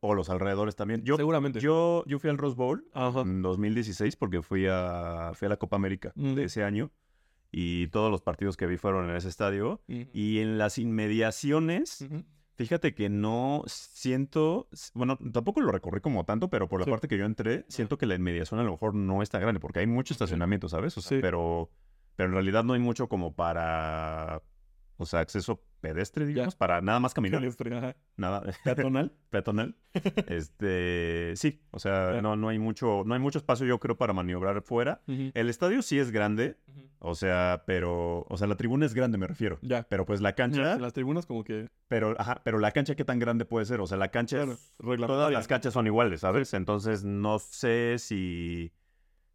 o los alrededores también. Yo, Ah. Seguramente. yo, Mm. yo fui al Rose Bowl Ajá. en 2016 porque fui a, fui a la Copa América Mm. de ese año y todos los partidos que vi fueron en ese estadio. Y en las inmediaciones, Mm. Ujú. fíjate que no siento, bueno, tampoco lo recorrí como tanto, pero por la Sí. parte que yo entré, siento que la inmediación a lo mejor no es tan grande porque hay mucho estacionamiento, ¿sabes? O sea, Sí. pero, pero en realidad no hay mucho como para, o sea, acceso pedestre, digamos, para nada más *laughs* caminar, Canestre, ajá. nada *laughs* Peatonal. peatonal. Este, sí, o sea, Ya. no, no hay mucho, no hay mucho espacio yo creo para maniobrar fuera. Ujú. El estadio sí es grande, Ujú. o sea, pero, o sea, la tribuna es grande, me refiero. Ya. Pero pues la Ya, cancha, en las tribunas como que... pero, ajá, pero la cancha qué tan grande puede ser, o sea, la cancha, es- Claro, todas reglamentaria. las canchas son iguales, ¿sabes? Entonces no sé si,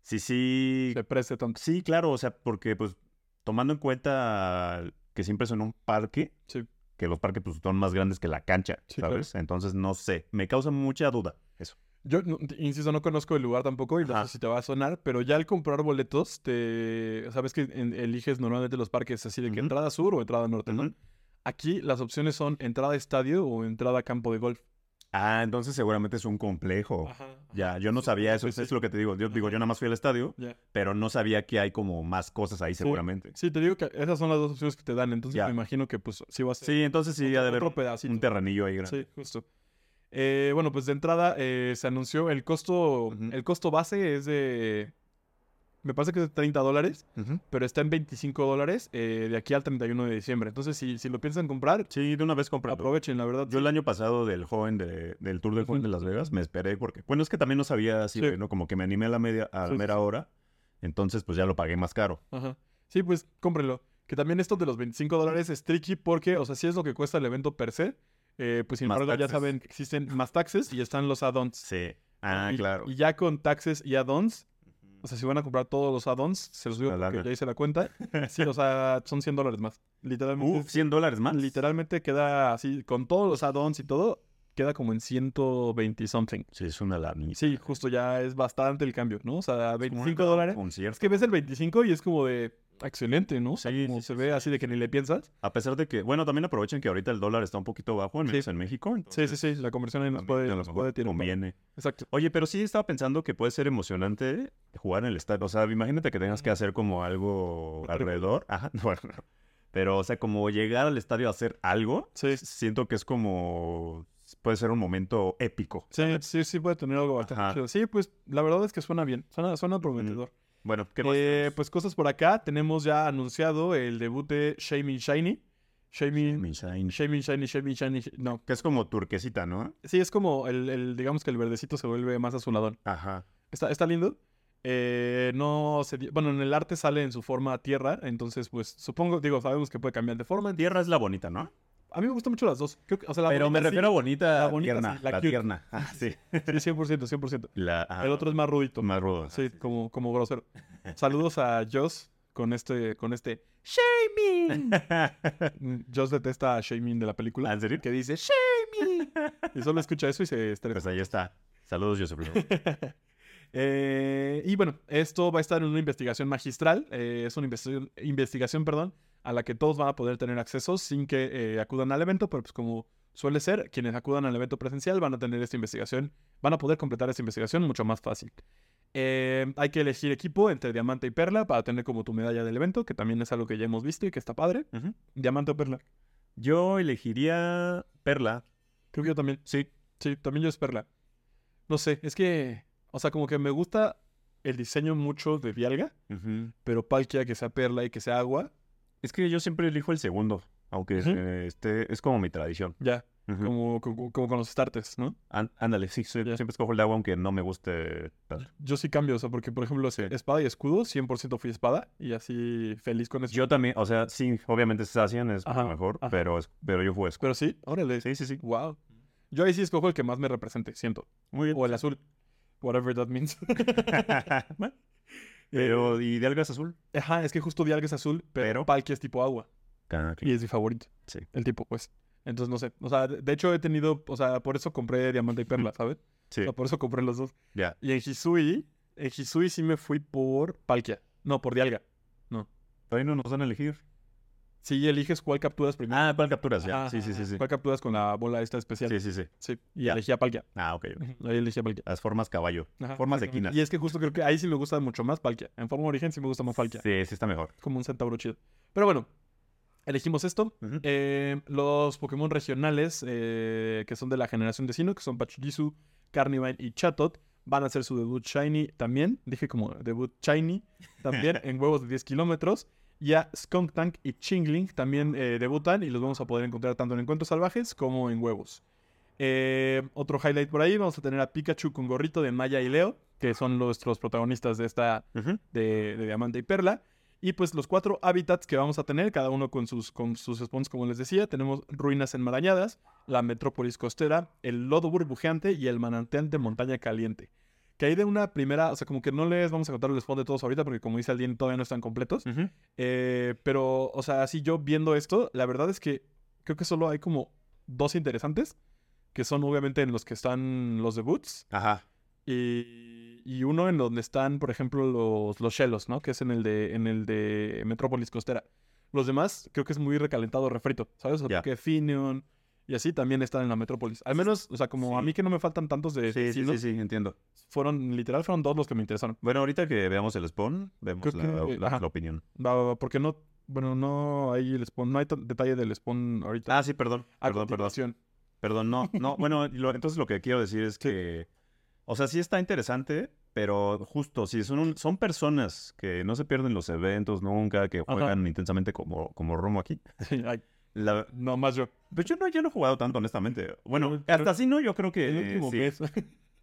si sí, Se preste tanto. sí, claro, o sea, porque pues tomando en cuenta que siempre son un parque, Sí. que los parques pues son más grandes que la cancha, Sí, claro. ¿sabes? Entonces no sé, me causa mucha duda eso. Yo, no- te- insisto, no conozco el lugar tampoco y no Ajá. sé si te va a sonar, pero ya al comprar boletos, te sabes que en- eliges normalmente los parques así de que Ujú. entrada sur o entrada norte, ¿no? Ujú. Aquí las opciones son entrada estadio o entrada campo de golf. Ah, entonces seguramente es un complejo. Ajá. Oh, Ya, yo no sabía eso, eso es lo que te digo. Yo digo, yo nada más fui al estadio, Ya. pero no sabía que hay como más cosas ahí seguramente. Sí, te digo que esas son las dos opciones que te dan, entonces Ya. me imagino que pues sí va a ser Sí, entonces sí, ha de haber otro pedacito. un terrenillo ahí grande. Sí, justo. Eh, bueno, pues de entrada eh, se anunció el costo, Ujú. el costo base es de, me parece que es de 30 dólares, Ujú. pero está en 25 dólares eh, de aquí al 31 de diciembre. Entonces, si, si lo piensan comprar, Sí, de una vez comprando. aprovechen, la verdad. Yo el año pasado del joven de- del Tour del Joven de Las Vegas me esperé porque, bueno, es que también no sabía así, Sí. ¿no? Como que me animé a la media, a la Sí, sí, mera sí. hora, entonces pues ya lo pagué más caro. Ajá. Sí, pues cómprenlo. Que también esto de los 25 dólares es tricky porque, o sea, sí es lo que cuesta el evento per se, eh, pues sin Más embargo ya taxes. saben que existen más taxes y están los add-ons. Sí. Ah, y, claro. Y ya con taxes y add-ons, o sea, si van a comprar todos los add-ons, se los digo La porque lana. ya hice la cuenta. Sí, o sea, son 100 dólares más. Literalmente. Uf, 100 dólares más. Literalmente queda así, con todos los add-ons y todo, queda como en 120 something. Sí, es una larga. Sí, justo ya es bastante el cambio, ¿no? O sea, 25 dólares. Es Concierto. que ves el 25 y es como de excelente, ¿no? O sea, Sí, como sí, se sí, ve así de que ni le piensas. A pesar de que, bueno, también aprovechen que ahorita el dólar está un poquito bajo, al Sí. menos en México. Sí, sí, entonces, sí, la conversión ahí nos también puede, a lo nos mejor puede tirar. para- Conviene. Exacto. Oye, pero sí estaba pensando que puede ser emocionante jugar en el estadio. O sea, imagínate que tengas que hacer como algo Otra cosa. alrededor. Ajá, *laughs* bueno. Pero, o sea, como llegar al estadio a hacer algo, Sí. siento que es como. Puede ser un momento épico. Sí, sí, sí puede tener algo bastante Ajá. chido. Sí, pues la verdad es que suena bien, suena, suena prometedor. Bueno, ¿qué más? Eh, pues cosas por acá, tenemos ya anunciado el debut de Shaming Shiny. Shaming, Mi Shine. Shaming Shiny, Shaming Shiny, Sh- no. Que es como turquesita, ¿no? Sí, es como el, el- digamos que el verdecito se vuelve más azuladón. Ajá. Está, está lindo. Eh, no se, di- bueno, en el arte sale en su forma tierra, entonces pues supongo, digo, sabemos que puede cambiar de forma. Tierra es la bonita, ¿no? A mí me gustan mucho las dos. Creo que- o sea, la pero bonita me sí, refiero a bonita, La bonita, tierna. sí, la la cute. *laughs* tierna. Ah, sí. Sí, 100%, 100%. La, ajá, El otro es más rudito. Ah, *laughs* más rudo. Sí, *laughs* como, como grosero. Saludos a Joss con este, con *laughs* este Shaming. Mm, Joss detesta a Shamin de la película. ¿En serio? Que dice Shaming. Y solo escucha eso y se estresa. Pues ahí está. Saludos, Joseph. Luna. *laughs* Eh, y bueno, esto va a estar en una investigación magistral. eh, es una investigación, investigación, perdón, a la que todos van a poder tener acceso sin que eh, acudan al evento, pero pues como suele ser, quienes acudan al evento presencial van a tener esta investigación, van a poder completar esta investigación mucho más fácil. Eh, hay que elegir equipo entre diamante y perla para tener como tu medalla del evento, que también es algo que ya hemos visto y que está padre. Ujú. Diamante o perla. Yo elegiría Perla. Creo que yo también. Sí. Sí, también yo es perla. No sé, es que, o sea, como que me gusta el diseño mucho de Vialga. pero Palkia que sea perla y que sea agua, Es que yo siempre elijo el segundo, aunque Ujú. eh, este, es como mi tradición. ya, Como- como, como, como con los starters, ¿no? Án- Ándale, sí, sí, Ya. siempre escojo el de agua aunque no me guste tanto. Yo sí cambio, o sea, porque por ejemplo, Sí. espada y escudo, 100% fui espada y así feliz con eso. Yo también, o sea, sí, obviamente Sacian es Ajá, mejor, ajá. Pero, es- pero yo juego escudo. Pero sí, órale, Sí, sí, sí. wow. Yo ahí sí escojo el que más me represente, siento. Muy bien. O el azul, whatever that means. *laughs* *laughs* Bueno. pero, ¿y de algas azul? Ajá, es que justo Dialga es azul, pero, Pero- Palkia es tipo agua Ah, y es mi favorito. Sí. El tipo, pues. Entonces, no sé. O sea, de de hecho he tenido, o sea, por eso compré diamante y perla, ¿sabes? Sí, O sea, por eso compré los dos. ya. Y en Hisui, en Hisui sí me fui por Palkia. No, por Dialga. Todavía no nos van a elegir. Sí, eliges cuál capturas primero. Ah, ¿cuál capturas? Ya. Ajá, sí, sí, sí, sí. ¿Cuál capturas con la bola esta especial? Sí, sí, sí. Sí, y Ya. elegí a Palkia. Ah, ok. ok. Ahí elegí a Palkia. Las formas caballo. Ajá, formas de exactamente. equinas. Y es que justo creo que ahí sí me gusta mucho más Palkia. En forma de origen sí me gusta más Palkia. Sí, sí está mejor. Como un centauro chido. Pero bueno, elegimos esto. Ujú. Eh, los Pokémon regionales eh, que son de la generación de Sinnoh, que son Pachirisu, Carnivine y Chatot, van a hacer su debut Shiny también. Dije como debut Shiny también en huevos de 10 kilómetros. Ya Skunk Tank y Chingling también eh, debutan y los vamos a poder encontrar tanto en encuentros salvajes como en huevos. Eh, otro highlight por ahí, vamos a tener a Pikachu con gorrito de Maya y Leo, que son nuestros protagonistas de esta Ujú. de, de Diamante y Perla. Y pues los cuatro hábitats que vamos a tener, cada uno con sus, con sus spawns, como les decía. Tenemos ruinas enmarañadas, la metrópolis costera, el lodo burbujeante y el manantial de montaña caliente. Que ahí de una primera, o sea, como que no les vamos a contar el spawn de todos ahorita, porque como dice alguien, todavía no están completos. Ujú. Eh, pero, o sea, así yo viendo esto, la verdad es que creo que solo hay como dos interesantes, que son obviamente en los que están los debuts. Ajá. Y, y uno en donde están, por ejemplo, los, los Shellos, ¿no? Que es en el de, en el de Metrópolis Costera. Los demás creo que es muy recalentado, refrito, ¿sabes? O sea, Ya. porque Finion y así también están en la Metrópolis. Al menos, o sea, como a Sí. mí que no me faltan tantos de... Sí, sí, Sinnoh, sí, sí, entiendo. Fueron, literal, fueron dos los que me interesaron. Bueno, ahorita que veamos el spawn, vemos Creo la, que- la- ajá. la opinión. Va, va, va, porque no... Bueno, no hay el spawn, no hay tan- detalle del spawn ahorita. Ah, sí, perdón. A Perdón, perdón. continuación. *laughs* Perdón, no, no. Bueno, lo- entonces lo que quiero decir es que, o sea, sí está interesante, pero justo, si son, un- son personas que no se pierden los eventos nunca, que Ajá. juegan intensamente como, como Romo aquí. Sí, ay, La, no más yo. pues yo no, yo no he jugado tanto, honestamente. Bueno, Pero- pero- hasta así no, yo creo que El eh, último *laughs* sí. mes.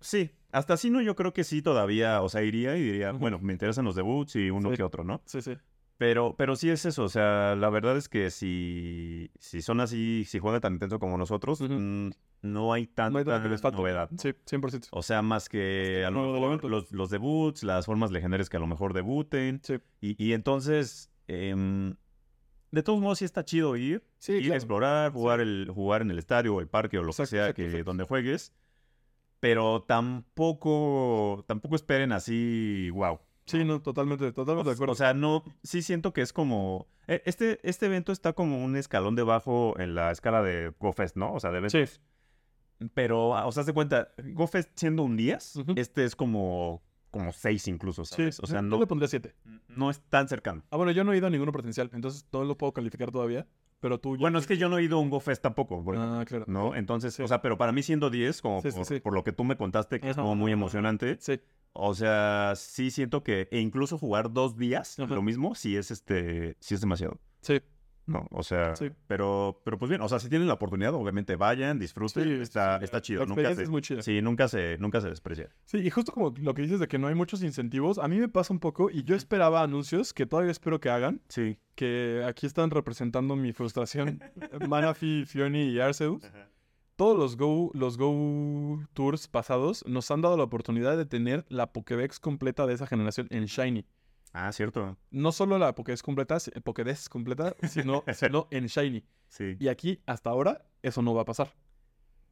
Sí, hasta así no, yo creo que sí todavía, o sea, iría y diría, Ujú. bueno, me interesan los debuts y uno Sí. que otro, ¿no? sí, sí. Pero, pero sí es eso, o sea, la verdad es que si, si son así, si juegan tan intenso como nosotros, Ujú. mm, no hay tanta No hay tanto que les falte. novedad. Sí, 100%. O sea, más que a lo Nuevo mejor elemento. los, los debuts, las formas legendarias que a lo mejor debuten. Sí. Y, y entonces, em, de todos modos, sí está chido ir, Sí, ir a claro. explorar, jugar, el, jugar en el estadio o el parque o lo Exacto, que sea, exacto, que, exacto. donde juegues. Pero tampoco, tampoco esperen así, wow. Sí, no, totalmente, totalmente de acuerdo. Pues, O sea, no, sí siento que es como, e- este, este evento está como un escalón debajo en la escala de GoFest, ¿no? O sea, de Sí. pero, ah, o sea, haz de cuenta, GoFest siendo un 10, Ujú. este es como, como 6 incluso, ¿sabes? o sea, yo no, le pondría 7. no es tan cercano. Ah, bueno, yo no he ido a ninguno presencial, entonces no lo puedo calificar todavía. Pero tú. ya- Bueno, es que yo no he ido a un GoFest tampoco, por ejemplo, Ah, claro. ¿no? Entonces, Sí. o sea, pero para mí siendo 10, como Sí, sí, por, sí. por lo que tú me contaste, que es Ajá. como muy emocionante, Sí, o sea, sí siento que, e incluso jugar dos días, Ajá. lo mismo, sí es este, sí es demasiado. sí, No, o sea, Sí. pero, pero pues bien, o sea, si tienen la oportunidad, obviamente vayan, disfruten, sí, sí, está, Ah, está chido, La nunca experiencia se, es muy chida. Sí. sí, nunca se, nunca se desprecia. y justo como lo que dices de que no hay muchos incentivos, a mí me pasa un poco y yo esperaba anuncios que todavía espero que hagan, Sí. que aquí están representando mi frustración. *laughs* Manafi, Fioni y Arceus. Todos los Go, los Go Tours pasados nos han dado la oportunidad de tener la Pokédex completa de esa generación en Shiny. Ah, cierto. No solo la Pokédex completa, si- eh, Pokédex completa, *laughs* sino, sino en Shiny. Sí. Y aquí, hasta ahora, eso no va a pasar.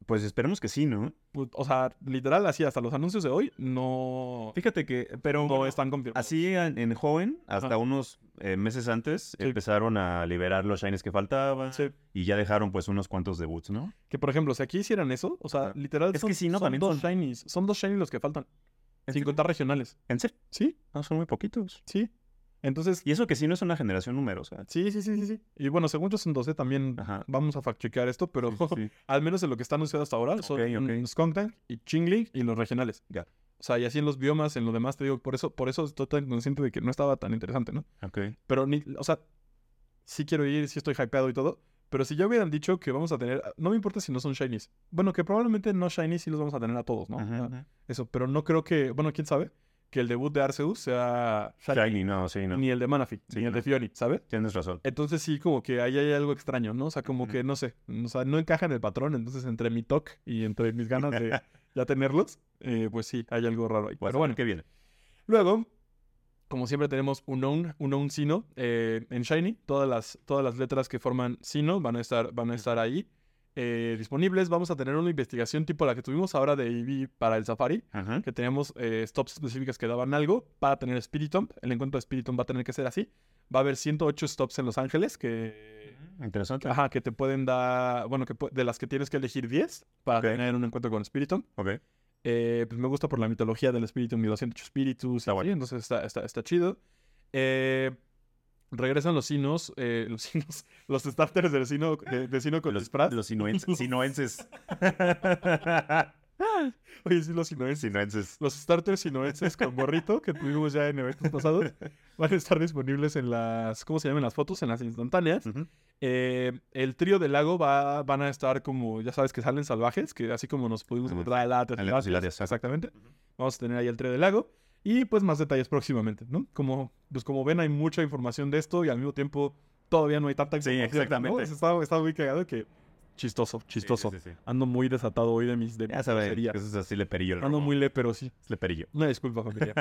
Pues esperemos que sí, ¿no? Pu- O sea, literal, así hasta los anuncios de hoy no, Fíjate que, pero no bueno, están confirmados. así en, en joven, hasta Ajá. unos eh, meses antes, Sí. empezaron a liberar los shinies que faltaban Sí. y ya dejaron pues unos cuantos debuts, ¿no? Que por ejemplo, si aquí hicieran eso, o sea, Ajá. literal. Ah. Es que si no, también dos son- shinies. Son dos shinies los que faltan. ¿En Sin serio? contar regionales. ¿En serio? Sí, No, son muy poquitos. sí. Entonces, Y eso que sí no es una generación numerosa. sí, sí, sí, sí. sí. Y bueno, según yo son 12 también. Ajá. Vamos a fact-chequear esto, pero *laughs* Sí. al menos en lo que está anunciado hasta ahora son Ok, ok. mm, Skunk Tank y Chingling y los regionales. Ya. O sea, y así en los biomas, en lo demás, te digo, por eso, por eso estoy tan consciente de que no estaba tan interesante, ¿no? Ok. Pero, ni, o sea, sí quiero ir, sí estoy hypeado y todo. Pero si ya hubieran dicho que vamos a tener, no me importa si no son shinies. Bueno, que probablemente no shinies sí los vamos a tener a todos, ¿no? Ajá, Ah, ajá. Eso, pero no creo que, bueno, quién sabe, que el debut de Arceus sea shiny, Shiny, no, sí, no. ni el de Manaphy, Sí, ni el no. de Fiori, ¿sabes? Tienes razón. Entonces sí, como que ahí hay algo extraño, ¿no? O sea, como Ujú. que no sé, o sea, no encaja en el patrón. Entonces, entre mi toque y entre mis ganas *laughs* de ya tenerlos, eh, pues sí, hay algo raro ahí. Pues, pero bueno, ¿qué viene? Luego, como siempre, tenemos un own, un own Sino eh, en Shiny. Todas las, todas las letras que forman Sino van a estar, van a estar ahí eh, disponibles. Vamos a tener una investigación tipo la que tuvimos ahora de Eevee para el Safari, Ajá. que teníamos eh, stops específicas que daban algo para tener Spiritomb. El encuentro de Spiritomb va a tener que ser así. Va a haber 108 stops en Los Ángeles, que Interesante. Ajá, que te pueden dar, bueno, que pu- de las que tienes que elegir 10 para Ok. tener un encuentro con Spiritum. Ok. Eh, pues me gusta por la mitología del Spiritum y los 108 espíritus. Está y bueno. así, entonces está, está, está chido. Eh, regresan los sinos, eh, *laughs* los sinos, los starters del sino, eh, de, de sino con Los, disfraz. los *laughs* sinoenses. sinoenses. Oye, sí, los sinoenses. sinoenses. Los starters sinoenses con gorrito que tuvimos ya en eventos pasados van a estar disponibles en las, ¿cómo se llaman las fotos? En las instantáneas. Ujú. Eh, el trío del lago va, van a estar como, ya sabes, que salen salvajes, que así como nos pudimos Ujú. encontrar el Atlas, Al el Atlas y el Atlas, Arias, ajá. Exactamente. Vamos a tener ahí el trío del lago. Y pues más detalles próximamente, ¿no? Como, pues como ven, hay mucha información de esto y al mismo tiempo todavía no hay tanta Sí, información. ¿no? exactamente. Está, está muy cagado que... Chistoso, chistoso. Sí, sí, sí, sí. Ando muy desatado hoy de mis... De Ya mis sabes, groserías. eso es así le perillo el Ando robo. muy lepero, sí. Es leperillo. Una disculpa, familia.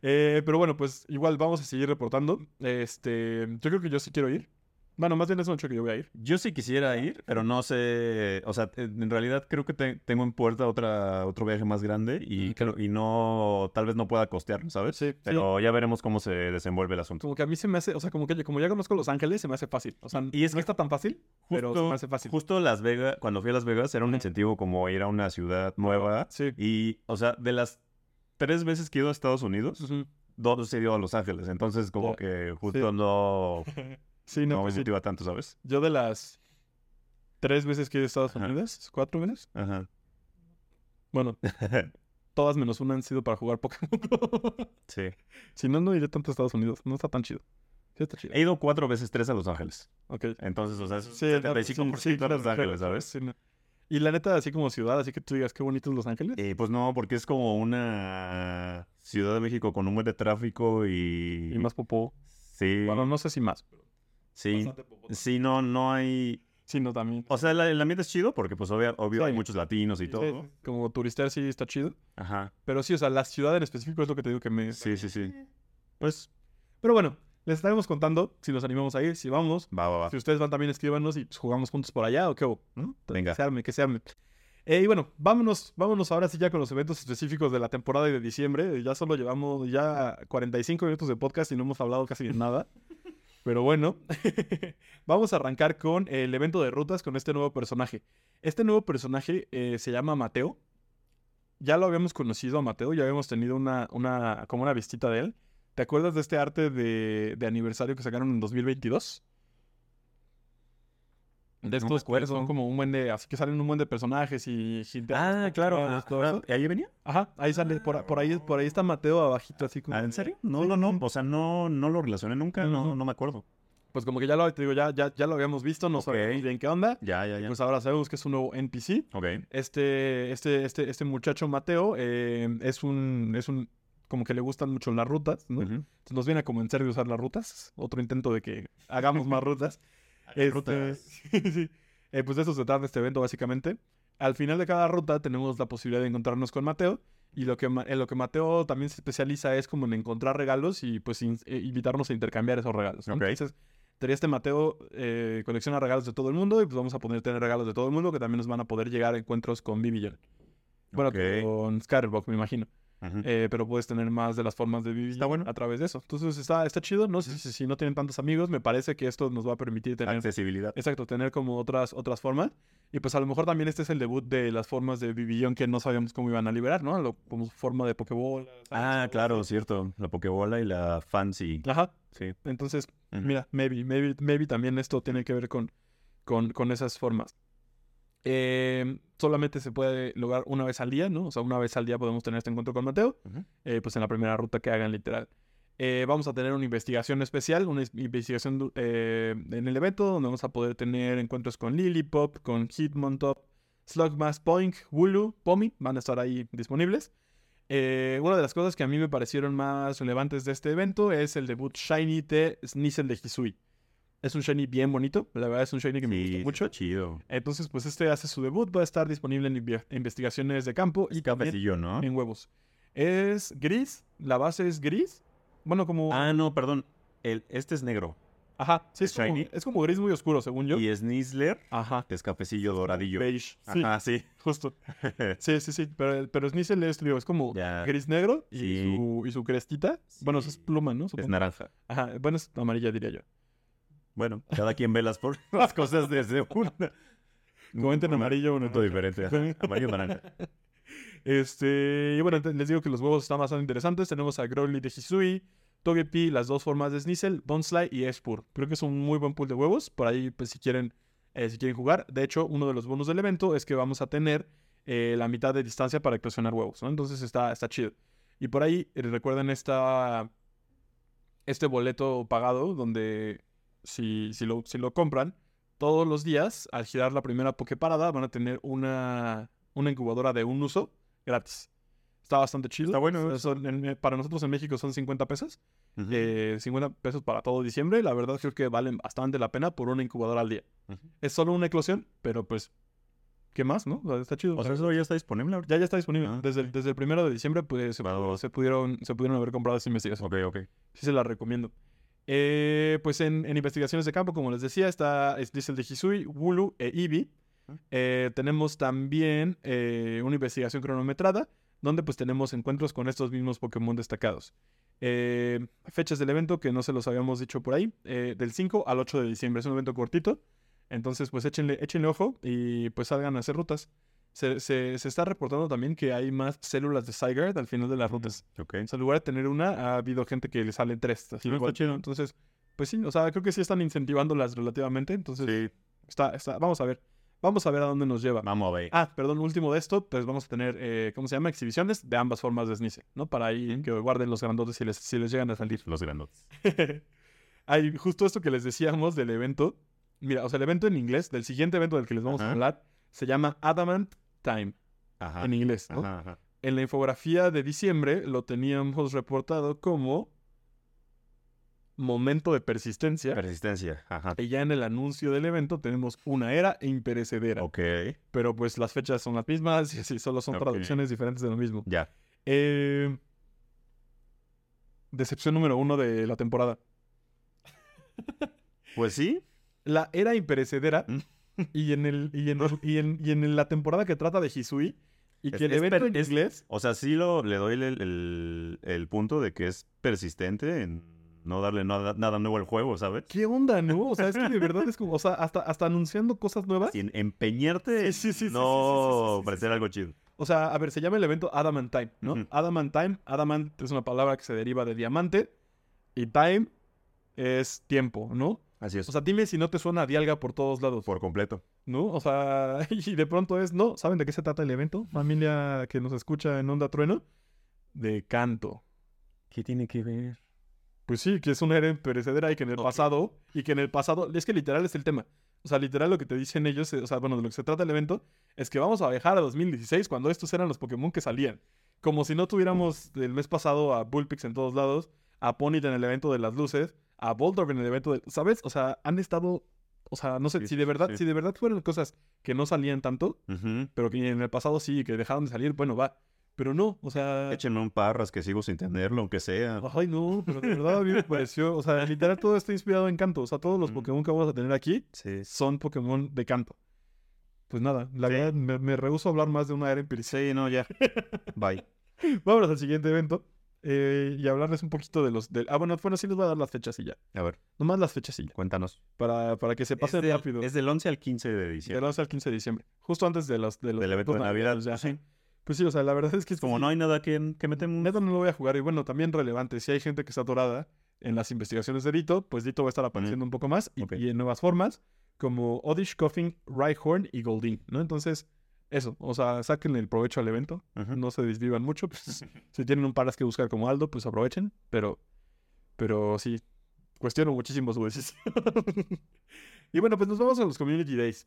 Eh, pero bueno, pues igual vamos a seguir reportando. Este, yo creo que yo sí quiero ir. Bueno, más bien es una noche que yo voy a ir. *laughs* Yo sí quisiera ir, pero no sé, o sea, en realidad creo que te- tengo en puerta otra, otro viaje más grande y, Ok. creo- y no, tal vez no pueda costearlo, ¿sabes? Sí, sí. Pero ya veremos cómo se desenvuelve el asunto. Como que a mí se me hace, o sea, como que yo- como ya conozco Los Ángeles, se me hace fácil. O sea, Y es no que está tan fácil, pero se me hace fácil. Justo Las Vegas, cuando fui a Las Vegas, era un Ujú. incentivo como ir a una ciudad nueva. Sí. Y, o sea, de las tres veces que he ido a Estados Unidos, Ujú. dos se dio a Los Ángeles. Entonces, como Ya. que justo no, Sí, *laughs* no, no me pues sí. motiva tanto, ¿sabes? Yo de las tres veces que he ido a Estados Ajá. Unidos, cuatro veces, Ajá. *laughs* bueno, todas menos una han sido para jugar Pokémon. sí. *laughs* si no, no iré tanto a Estados Unidos. No está tan chido. Sí está chido. He ido cuatro veces tres a Los Ángeles. Ok. Entonces, o sea, es Sí, no, pues, 75% sí, sí, de Los claro, claro, Ángeles, ¿sabes? sí, no. Y la neta, así como ciudad, así que tú digas qué bonito es Los Ángeles. Eh, pues no, porque es como una Ciudad de México con un buen de tráfico y... Y más popó. Sí, Bueno, no sé si más. sí. Sí, no, no hay... Sí, no, también. O sea, la- el ambiente es chido porque, pues, obvia- obvio, Sí. hay muchos latinos y Sí, todo. sí, Como turistear sí está chido. Ajá. Pero sí, o sea, la ciudad en específico es lo que te digo que me... Sí, sí, sí. Pues, Pero bueno, les estaremos contando si nos animamos a ir, si vamos. va, va, va. Si ustedes van también, escríbanos y pues, jugamos juntos por allá o qué hubo, ¿no? Venga. Que se arme, que se arme. Eh, y bueno, vámonos, vámonos ahora sí ya con los eventos específicos de la temporada y de diciembre. Ya solo llevamos ya 45 minutos de podcast y no hemos hablado casi de nada. Pero bueno, *laughs* vamos a arrancar con el evento de rutas con este nuevo personaje. Este nuevo personaje eh, se llama Mateo. Ya lo habíamos conocido a Mateo, ya habíamos tenido una, una, como una visita de él. ¿Te acuerdas de este arte de, de aniversario que sacaron en 2022? De No me estos que acuerdo. son como un buen de, así que salen un buen de personajes y gente. Ah, claro. Ah, todo ajá. eso. ¿Y ¿Ahí venía? Ajá, ahí sale, por, por ahí, por ahí está Mateo abajito, así como. Ah, ¿En serio? No, no, no. O sea, no, no lo relacioné nunca. No, no me acuerdo. Pues como que ya lo, te digo, ya, ya, ya lo habíamos visto, no Ok. sabíamos bien qué onda. Ya, ya, ya. Pues ahora sabemos que es un nuevo NPC. Ok. Este, este, este, este muchacho Mateo eh, es un, es un, como que le gustan mucho las rutas, ¿no? Ujú. Entonces nos viene a convencer de usar las rutas. Otro intento de que hagamos más rutas. Este, *laughs* sí. Eh, pues de eso se trata este evento, básicamente. Al final de cada ruta tenemos la posibilidad de encontrarnos con Mateo. Y lo que, Ma- en lo que Mateo también se especializa es como en encontrar regalos y pues in- eh, invitarnos a intercambiar esos regalos. ¿no? Ok. Entonces, teoría este Mateo eh, colecciona regalos de todo el mundo y pues vamos a poder tener regalos de todo el mundo que también nos van a poder llegar a encuentros con Vivi John. Bueno, Ok. con Scatterbox, me imagino. Ujú. Eh, pero puedes tener más de las formas de vivir Está bueno. a través de eso. Entonces está, está chido. No sé si, si no tienen tantos amigos, me parece que esto nos va a permitir tener, Accesibilidad. exacto, tener como otras, otras formas. Y pues a lo mejor también este es el debut de las formas de Vivillón que no sabíamos cómo iban a liberar, ¿no? Lo- como forma de Pokéball. Ah, claro, cierto. La Pokébola y la Fancy. Ajá. Sí. Entonces, Ujú. mira, maybe, maybe, maybe también esto tiene que ver con, con, con esas formas. Eh, solamente se puede lograr una vez al día, ¿no? O sea, una vez al día podemos tener este encuentro con Mateo, Ujú. eh, pues en la primera ruta que hagan, literal. Eh, vamos a tener una investigación especial, una is- investigación du- eh, en el evento, donde vamos a poder tener encuentros con Lilipop, con Hitmontop, Slugmask, Poink, Wulu, Pomi, van a estar ahí disponibles. Eh, una de las cosas que a mí me parecieron más relevantes de este evento es el debut Shiny de Sneasel de Hisui. Es un Shiny bien bonito, la verdad es un Shiny que me Sí, gusta mucho. está chido. Entonces, pues este hace su debut, va a estar disponible en inve- investigaciones de campo y Es también cafecillo, ¿no? en huevos. Es gris, la base es gris. Bueno, como... Ah, no, perdón. El, este es negro. ajá, sí, ¿es es, como, shiny? es como gris muy oscuro, según yo. Y Snizzler Ajá. es cafecillo doradillo. Beige. Sí, Ajá, sí. *laughs* justo. Sí, sí, sí. Pero, pero Sneasel es, digo, es como Ya. gris negro y, Sí. su, y su crestita. Bueno, eso es Sí. pluma, ¿no? Es Supongo. naranja. Ajá, bueno, es amarilla, diría yo. Bueno, cada quien ve las, por- *laughs* las cosas desde un Comenten amarillo o punto naranja. *laughs* diferente. Amarillo naranja. Este, y bueno, te- les digo que los huevos están bastante interesantes. Tenemos a Growly de Hisui, Togepi, las dos formas de Sneasel, Bonsly y Espur. Creo que es un muy buen pool de huevos. Por ahí, pues si quieren, eh, si quieren jugar. De hecho, uno de los bonos del evento es que vamos a tener eh, la mitad de distancia para eclosionar huevos, ¿no? Entonces está, está chido. Y por ahí, eh, recuerden esta, este boleto pagado donde si, si, lo, si lo compran, todos los días, al girar la primera Poképarada, van a tener una, una incubadora de un uso gratis. Está bastante chido. Está bueno, ¿eh? Son- en- para nosotros en México son 50 pesos. Ujú. eh, 50 pesos para todo diciembre. La verdad creo que valen bastante la pena por una incubadora al día. Ujú. Es solo una eclosión, pero pues, ¿qué más, no? O sea, está chido. O sea, eso ya está disponible ahorita. ya, ya está disponible. Ah, desde, el, desde el primero de diciembre pues, se, Va, va, va. se pudieron, se pudieron haber comprado esta investigación. Ok, ok. Sí se la recomiendo. Eh, pues en, en investigaciones de campo, como les decía, está es Diesel de Hisui, Wulu e Eevee. Ujú. Eh, tenemos también eh, una investigación cronometrada, donde pues tenemos encuentros con estos mismos Pokémon destacados. Eh, fechas del evento que no se los habíamos dicho por ahí, eh, del 5 al 8 de diciembre, es un evento cortito, entonces pues échenle, échenle ojo y pues salgan a hacer rutas. Se, se- se está reportando también que hay más células de Zygarde al final de las rutas. Ok. O sea, en lugar de tener una, ha habido gente que le salen tres. así No, Ah, está igual. chido. Entonces, pues sí, o sea, creo que sí están incentivándolas relativamente. Entonces, Sí, está, está, vamos a ver. Vamos a ver a dónde nos lleva. vamos a ver. Ah, perdón, último de esto, pues vamos a tener, eh, ¿cómo se llama? Exhibiciones de ambas formas de Snice, ¿no? Para ahí que guarden los grandotes si les, si les llegan a salir. *laughs* Los grandotes. Hay justo esto que les decíamos del evento. Mira, o sea, el evento en inglés, del siguiente evento del que les vamos a Ajá. hablar, se llama Adamant Time, Ajá. en inglés, ¿no? Ajá, ajá. En la infografía de diciembre lo teníamos reportado como momento de persistencia. Persistencia. Ajá. y ya en el anuncio del evento tenemos una era imperecedera. Ok. Pero pues las fechas son las mismas y así solo son Ok. traducciones diferentes de lo mismo. Ya. Eh, decepción número uno de la temporada. Pues sí. La era imperecedera Mm. y en, el, y, *laughs* en, y, en, y en la temporada que trata de Hisui y que Es- el es evento per- en es- inglés... O sea, sí lo, le doy el, el- el punto de que es persistente en no darle nada, nada nuevo al juego, ¿sabes? ¿Qué onda, no? O sea, es que de verdad es como... O sea, hasta, hasta anunciando cosas nuevas... Sin empeñarte en Sí, sí, sí, sí, sí, sí, sí, sí, sí, no sí, parecer sí. algo chido. O sea, a ver, se llama el evento Adamantine, ¿no? Ujú. Adamantine, Adamant es una palabra que se deriva de diamante y time es tiempo, ¿no? Así es. O sea, dime si no te suena a dialga por todos lados, por completo. ¿no? O sea, *laughs* y de pronto es, ¿no? ¿Saben de qué se trata el evento? Familia que nos escucha en Onda Trueno, de canto. ¿Qué tiene que ver? Pues sí, que es una era imperecedera y que en el Ok. pasado, y que en el pasado, es que literal es el tema. O sea, literal lo que te dicen ellos, eh, o sea, bueno, de lo que se trata el evento, es que vamos a viajar a 2016 cuando estos eran los Pokémon que salían. Como si no tuviéramos el mes pasado a Bullpix en todos lados, a Ponyta en el evento de las luces, a Voltorb en el evento de... ¿Sabes? O sea, han estado... O sea, no sé, Sí, si de verdad, sí. si de verdad fueran cosas que no salían tanto, pero que en el pasado sí, que dejaron de salir, bueno, va. Pero no, o sea... Échenme un parras que sigo sin tenerlo, aunque sea. *laughs* Ay, no, pero de verdad a mí me pareció. O sea, literal todo está inspirado en canto. O sea, todos los Mm. Pokémon que vamos a tener aquí Sí. son Pokémon de canto. Pues nada, la Sí. verdad me, me rehúso a hablar más de una era empiricista. Sí, no, ya. Bye. *laughs* Vámonos al siguiente evento eh, y hablarles un poquito de los. del- ah, bueno, bueno, sí les voy a dar las fechas y ya. A ver, Nomás las fechas y ya. cuéntanos. Para, para que se pasen es del, rápido. Este, Es del 11 al 15 de Del diciembre. 11 al 15 de diciembre. Justo antes de los. De los Del evento de eventos Navidad. navideños, ya. Sí. Pues sí, o sea, la verdad es que. este Como sí- no hay nada que, que metemos. Neta no lo voy a jugar. Y bueno, también relevante, si hay gente que está atorada en las investigaciones de Dito, pues Dito va a estar apareciendo un poco más y, Ok. y en nuevas formas, como Odish, Coughing, Rhyhorn y Goldin, ¿no? Entonces, eso, o sea, sáquenle el provecho al evento, Ujú. no se desvivan mucho, *laughs* pues, si tienen un paras que buscar como Aldo, pues aprovechen, pero, pero sí, cuestiono muchísimo su decisión. *laughs* y bueno, pues nos vamos a los Community Days.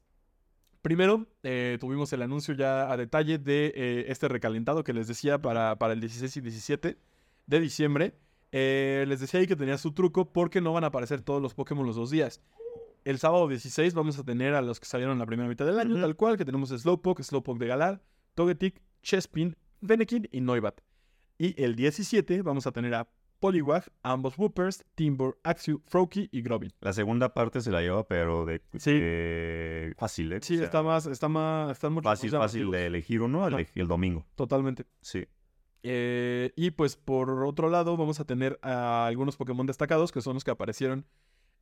Primero, eh, tuvimos el anuncio ya a detalle de eh, este recalentado que les decía para, para el 16 y 17 de diciembre. Eh, les decía ahí que tenía su truco porque no van a aparecer todos los Pokémon los dos días. El sábado 16 vamos a tener a los que salieron la primera mitad del año, Ujú. tal cual, que tenemos Slowpoke, Slowpoke de Galar, Togetic, Chespin, Venekin y Noibat. Y el 17 vamos a tener a Poliwag, ambos Whoopers, Timbor, Axew, Froakie y Grobin. La segunda parte se la lleva, pero de, Sí. de- fácil, ¿eh? Sí, O sea, está más, está más, están mucho más fácil, fácil llamativos. de elegir uno al Ajá. elegir el domingo. Totalmente. Sí. Eh, y pues por otro lado vamos a tener a algunos Pokémon destacados que son los que aparecieron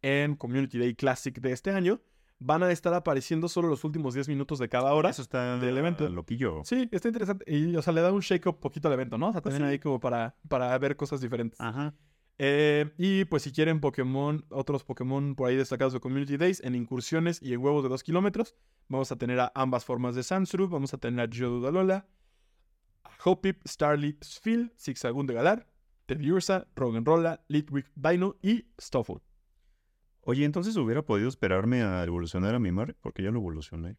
en Community Day Classic de este año, van a estar apareciendo solo los últimos 10 minutos de cada hora. Eso está del evento. loquillo. Sí, está interesante. Y, o sea, le da un shake-up poquito al evento, ¿no? O sea, Pues también sí. ahí como para, para ver cosas diferentes. Ajá. Eh, y pues si quieren Pokémon, otros Pokémon por ahí destacados de Community Days, en incursiones y en huevos de 2 kilómetros, vamos a tener a ambas formas de Sansru, vamos a tener a Geodudalola, a Hopip, Starly, Sphil, Zigzagoon de Galar, Tediursa, Rogenrola, Litwick, Dino y Stoffel. Oye, entonces hubiera podido esperarme a evolucionar a mi mar, porque ya lo evolucioné.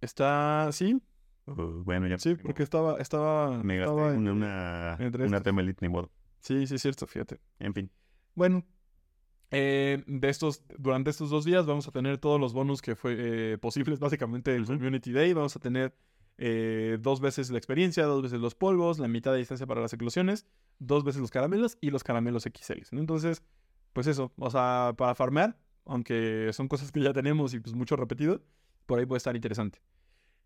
Está, sí, Uh, bueno, ya. sí, porque estaba, estaba, me gasté estaba en- una, una, entre una estos. Temelit, ni modo. sí, sí, es cierto, fíjate. En fin. Bueno, eh, de estos, durante estos dos días vamos a tener todos los bonus que fue eh, posibles, básicamente el Ujú. Community Day. Vamos a tener eh, dos veces la experiencia, dos veces los polvos, la mitad de distancia para las eclosiones, dos veces los caramelos y los caramelos XL. ¿no? Entonces, pues eso, o sea, para farmear, aunque son cosas que ya tenemos y pues mucho repetido, por ahí puede estar interesante.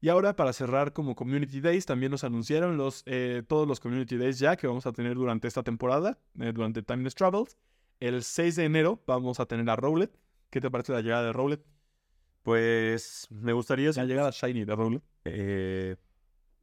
Y ahora, para cerrar como Community Days, también nos anunciaron los, eh, todos los Community Days ya que vamos a tener durante esta temporada, eh, durante Timeless Travels. El 6 de enero vamos a tener a Rowlet. ¿Qué te parece la llegada de Rowlet? Pues me gustaría. La llegada Shiny de Rowlet. eh,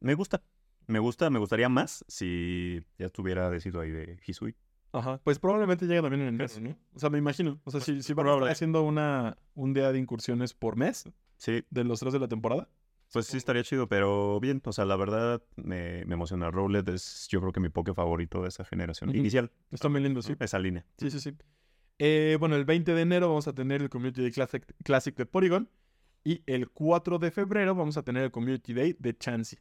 me gusta. Me gusta, me gustaría más si ya estuviera decido ahí de Hisui. Ajá. Pues probablemente llegue también en el mes, ¿no? Pues O sea, me imagino. O sea, si, si van a estar Probable. haciendo una, un día de incursiones por mes Sí, de los tres de la temporada. pues sí estaría chido, pero bien, o sea, la verdad me, me emociona. Rowlet es yo creo que mi poke favorito de esa generación Ujú. inicial, Está muy lindo, sí. esa línea. Sí, sí, sí. Eh, bueno, el 20 de enero vamos a tener el Community Day Classic, Classic de Porygon. Y el 4 de febrero vamos a tener el Community Day de Chansey.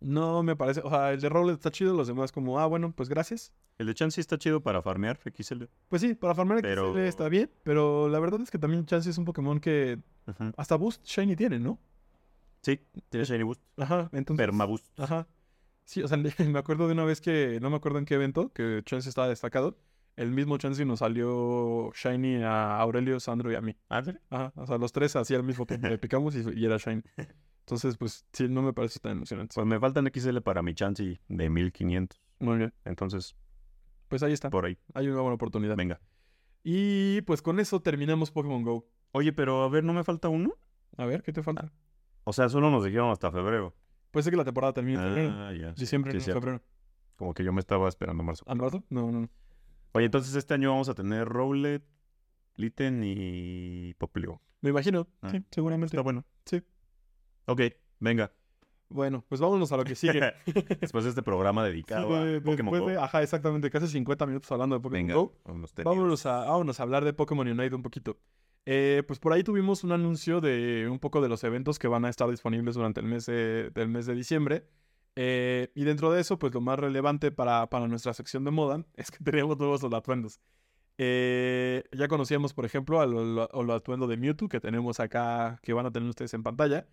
No me parece. O sea, el de Rowlet está chido. Los demás, como, ah, bueno, pues gracias. El de Chansey está chido para farmear, XL. Pues sí, para farmear XL Pero- está bien, pero la verdad es que también Chansey es un Pokémon que Ajá. hasta Boost Shiny tiene, ¿no? Sí, tiene Shiny Boost, Ajá, entonces... Permaboost. Ajá. Sí, o sea, *laughs* me acuerdo de una vez que, no me acuerdo en qué evento, que Chansey estaba destacado. El mismo Chansey nos salió Shiny a Aurelio, Sandro y a mí. Ajá, o sea, los tres hacía el mismo *laughs* tiempo, le picamos y, y era Shiny. Entonces, pues sí, no me parece tan emocionante. Pues me faltan XL para mi Chansey de 1500. Muy bien, Entonces, pues ahí está, por ahí, hay una buena oportunidad. venga. Y pues con eso terminamos Pokémon GO. Oye, pero a ver, ¿no me falta uno? A ver, ¿qué te Ah. falta? O sea, solo nos dijeron hasta febrero. Puede ser que la temporada termine en febrero. Ah, ya. sí, Diciembre, sí, no, es cierto. febrero. Como que yo me estaba esperando marzo. ¿Alberto? No, no. no. Oye, entonces este año vamos a tener Rowlet, Litten y Poplio. Me imagino. Ah. Sí, seguramente. Está bueno. Sí. Ok, venga. Bueno, pues vámonos a lo que *laughs* *laughs* sigue. Después de este programa dedicado Sí, de- a Pokémon después Go. de- ajá, exactamente, casi 50 minutos hablando de Pokémon Venga, Go. vámonos teniendo. Vámonos a, vámonos a hablar de Pokémon Unite un poquito. Eh, pues por ahí tuvimos un anuncio de un poco de los eventos que van a estar disponibles durante el mes de, del mes de diciembre. Eh, y dentro de eso, pues lo más relevante para, para nuestra sección de moda *laughs* es que tenemos nuevos atuendos. Eh, ya conocíamos, por ejemplo, al olo- olo- atuendo de Mewtwo que tenemos acá, que van a tener ustedes en pantalla.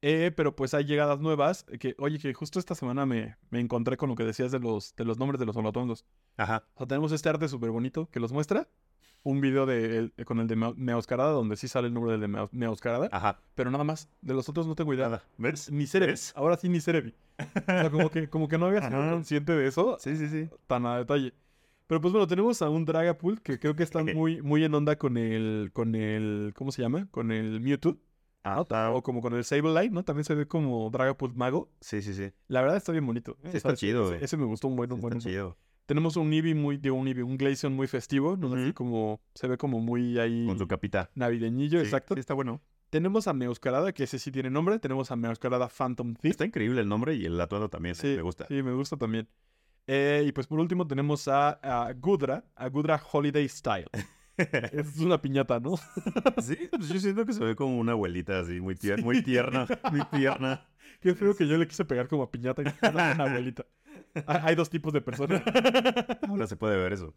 Eh, pero pues hay llegadas nuevas que, oye, que justo esta semana me, me encontré con lo que decías de los, de los nombres de los atuendos. Ajá. O sea, tenemos este arte súper bonito que los muestra. Un video de el- eh, con el de Mea- Meoscarada, donde sí sale el nombre del de Mea- Meoscarada. Ajá. Pero nada más. De los otros no tengo idea. Ah. Nada. ¿Ves? Ni Cerebi. ¿Ves? Ahora sí, ni Cerebi. O sea, como que, como que no *laughs* había sido Ajá. consciente de eso Sí, sí, sí. tan a detalle. Pero pues bueno, tenemos a un Dragapult que creo que *laughs* está muy, muy en onda con el, con el, ¿cómo se llama? Con el Mewtwo. Ah, está- O como con el Sableye, ¿no? También se ve como Dragapult mago. Sí, sí, sí. La verdad está bien bonito. ¿eh? Sí, está chido, ese- güey. Ese me gustó un buen, un Está buen, un buen. chido. Tenemos un Eevee muy, digo, un Eevee, un Glaceon muy festivo, ¿no? Así Ujú. como, se ve como muy ahí Con su capita. navideñillo, Sí, exacto. Sí, está bueno. Tenemos a Meuscarada, que ese sí tiene nombre, tenemos a Meuscarada Phantom Thief. Está increíble el nombre y el atuendo también. Sí, Este Me gusta. Sí, me gusta también. Eh, y pues por último tenemos a, a Gudra, a Gudra Holiday *laughs* Style. es una piñata, ¿no? *laughs* *laughs* Sí, pues yo siento que se ve como una abuelita así, muy, tier- muy tierna, muy tierna. Qué feo que yo le quise pegar como a piñata y era una *laughs* abuelita. Ah, Hay dos tipos de personas, Ahora se puede ver eso.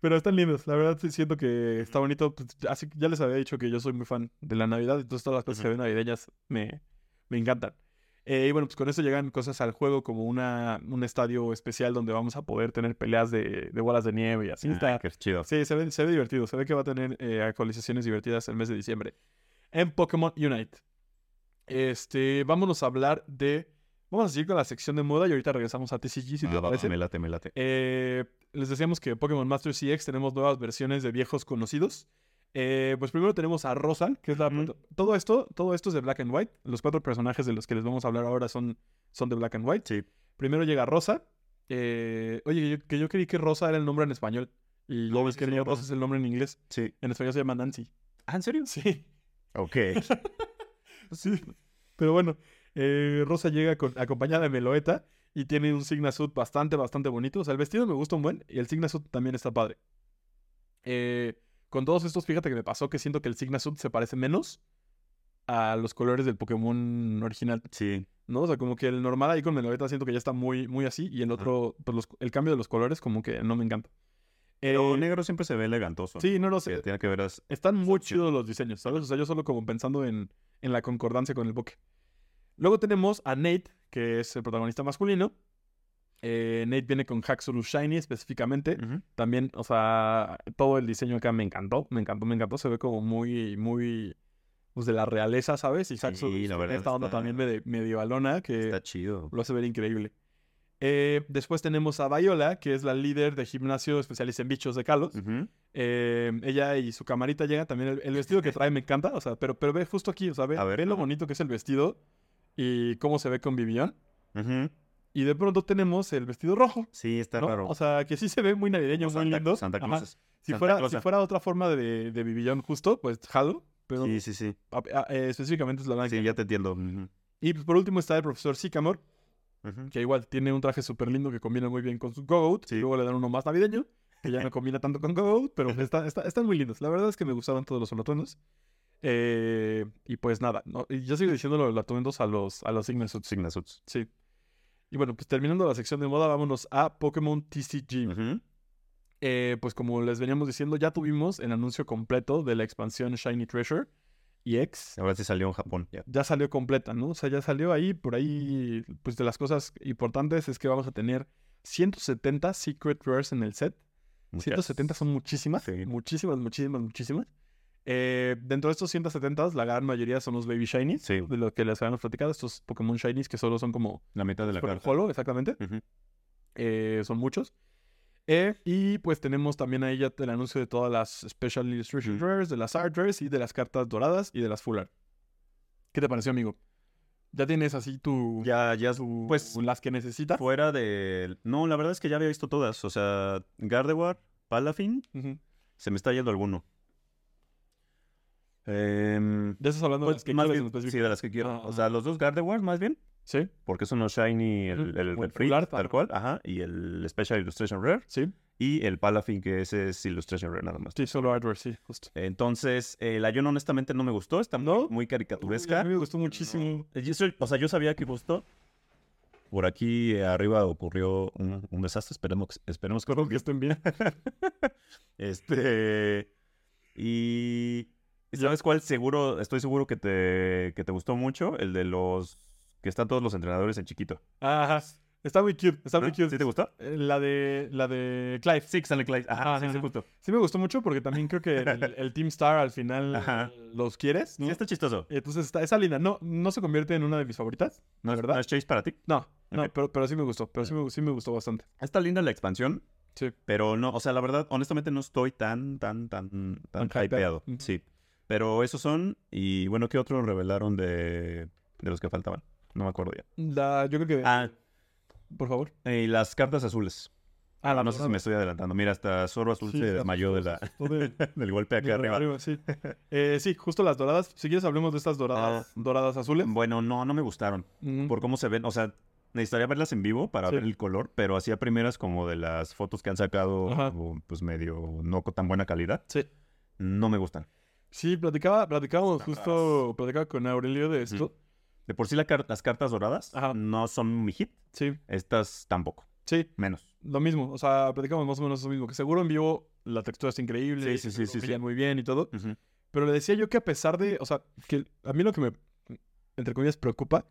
pero están lindos. La verdad sí siento que está bonito. Pues, así que ya les había dicho que yo soy muy fan de la Navidad, entonces todas las cosas que ven navideñas me, me encantan. Eh, y bueno, pues con eso llegan cosas al juego como una, un estadio especial donde vamos a poder tener peleas de, de bolas de nieve y así. Está- Ah, qué chido. Sí, se ve, se ve divertido. Se ve que va a tener eh, actualizaciones divertidas el mes de diciembre. En Pokémon Unite. Este, vámonos a hablar de Vamos a seguir con la sección de moda y ahorita regresamos a TCG, si Ah, te va, parece. me late, me late. Eh, les decíamos que Pokémon Master CX tenemos nuevas versiones de viejos conocidos. Eh, pues primero tenemos a Rosa, que es la... Ujú. Todo esto, todo esto es de Black and White. Los cuatro personajes de los que les vamos a hablar ahora son, son de Black and White. Sí. Primero llega Rosa. Eh, oye, que yo, que yo creí que Rosa era el nombre en español. Y luego ves sí, que sí, no, perdón. Rosa es el nombre en inglés. Sí. En español se llama Nancy. ¿Ah, en serio? Sí, *laughs* Ok. sí. Pero bueno, eh, Rosa llega con- acompañada de Meloeta y tiene un Signa Suit bastante, bastante bonito. O sea, el vestido me gusta un buen y el Signa Suit también está padre. Eh, con todos estos, fíjate que me pasó que siento que el Signa Suit se parece menos a los colores del Pokémon original. Sí. ¿no? O sea, como que el normal ahí con Meloeta siento que ya está muy, muy así y el otro, pues los- el cambio de los colores como que no me encanta. Pero Eh, negro siempre se ve elegantoso. sí, no lo Que sé. tiene que ver as- Están muy opción. chidos los diseños, ¿sabes? O sea, yo solo como pensando en, en la concordancia con el bokeh. Luego tenemos a Nate, que es el protagonista masculino. Eh, Nate viene con Haxorus Shiny específicamente. Ujú. También, o sea, todo el diseño acá me encantó, me encantó, me encantó. Se ve como muy, muy, pues de la realeza, ¿sabes? Y Sí, Haxorus, la verdad esta onda está- también medio, medio alona, que Está chido. lo hace ver increíble. Eh, después tenemos a Viola, que es la líder de gimnasio especialista en bichos de Kalos. Ujú. Eh, ella y su camarita llegan también. El, el vestido que trae me encanta, o sea, pero, pero ve justo aquí, o sea, ve, A ver, ve lo ajá. bonito que es el vestido y cómo se ve con Vivian. Ujú. Y de pronto tenemos el vestido rojo. Sí, está ¿no? raro. O sea, que sí se ve muy navideño, muy Santa- lindo. Santa Ajá. Claus. es- Si, Santa fuera, Claus. eh. si fuera otra forma de, de Vivillon justo, pues jalo. Pero Sí, sí, sí. a- a- eh, específicamente es la blanca. Sí, ya te entiendo. Ujú. Y pues, por último está el profesor Sycamore, Ujú. que igual tiene un traje súper lindo que combina muy bien con su Goat. Sí. Y luego le dan uno más navideño, que ya no combina tanto con Goat, pero está- está- están muy lindos. La verdad es que me gustaban todos los atuendos. Eh, y pues nada, no, y yo sigo diciendo los atuendos a los, a los Sigma Suits. Signa Suits. Sí. Y bueno, pues terminando la sección de moda, vámonos a Pokémon TCG. Ujú. Eh, pues como les veníamos diciendo, ya tuvimos el anuncio completo de la expansión Shiny Treasure y X Ahora sí salió en Japón. ya. ya salió completa, ¿no? O sea, ya salió ahí, por ahí, pues de las cosas importantes es que vamos a tener 170 Secret Rares en el set. Muchas. 170 son muchísimas, Sí. muchísimas, muchísimas, muchísimas. Eh, dentro de estos 170, la gran mayoría son los Baby Shinies, Sí. de los que les habíamos platicado, estos Pokémon Shinies que solo son como La mitad de la por el carta. holo, exactamente. Ujú. Eh, son muchos. Eh, y pues tenemos también ahí ya el anuncio de todas las Special Illustration Ujú. Rares, de las Art Rares y de las cartas doradas y de las Full Art. ¿Qué te pareció, amigo? ¿Ya tienes así tu, Ya, ya. tu- pues, las que necesitas? Fuera de... No, la verdad es que ya había visto todas. O sea, Gardevoir, Palafin, Ujú. se me está yendo alguno. Em, Ya estás hablando de las pues, que más quieres en bien, sí, específico. de las que quiero. Ah, o sea, los dos Gardevoir, más bien. Sí, Porque son los Shiny, el, Ujú, el, el o el Free, Full Art, ajá. tal cual. Ajá. Y el Special Illustration Rare. sí, Y el Palafin, que ese es Illustration Rare nada más. sí, solo Art Rares, sí, justo. Entonces, eh, la Yon honestamente no me gustó. Está muy- ¿No? muy Uy, a caricaturesca. mí me gustó muchísimo. Eh, yo soy- o sea, yo sabía que justo por aquí eh, arriba ocurrió un, un desastre. Esperemos, esperemos que Espero que estén bien. *laughs* Este. Y. ¿Sabes cuál? Seguro, estoy seguro que te, que te gustó mucho. El de los. Que están todos los entrenadores en chiquito. Ajá. Está muy cute, está muy ¿No? cute. ¿Sí te gustó? Eh, La de, la de Clive. Sí, Stanley Clyde. Ajá, Ajá, sí, sí, ajá. justo. Sí me gustó mucho porque también creo que el, *laughs* el Team Star al final Ajá. los quieres, ¿no? Sí, está chistoso. Entonces está esa linda. No, no se convierte en una de mis favoritas. ¿No es ¿verdad? ¿No es Chase para ti? No, no, Ok. pero, pero sí me gustó. Pero sí me, sí me gustó bastante. Está linda la expansión. Sí. Pero no, o sea, la verdad, honestamente no estoy tan, tan, tan, tan, Tan hypeado. hypeado. Ujú. Sí. Pero esos son. Y bueno, ¿qué otros revelaron de, de los que faltaban? No me acuerdo ya. La, yo creo que. Ah, Por favor. y las cartas azules. Ah, la no sé si me estoy adelantando. Mira, hasta Zorro Azul Sí, se hasta desmayó de la, *laughs* de- del golpe *laughs* acá de arriba. arriba, sí. Eh, sí, justo las doradas. Si quieres, hablemos de estas doradas, doradas azules. Bueno, no, no me gustaron. Ujú. Ah. Por cómo se ven, o sea, necesitaría verlas en vivo para Sí. ver el color, pero hacía primeras como de las fotos que han sacado, Ajá. como, pues medio no con tan buena calidad. Sí. No me gustan. Sí, platicaba, platicábamos Están justo, platicaba con Aurelio de esto. De por sí la car- las cartas doradas Ajá. no son mi hit. Sí, Estas tampoco, sí. menos. Lo mismo, o sea, platicamos más o menos eso mismo, que seguro en vivo la textura está increíble, Sí, sí, que sí, lo sí, Mm. sí. brillan muy bien y todo, pero le decía yo que a pesar de, o sea, que a mí lo que me, entre comillas, preocupa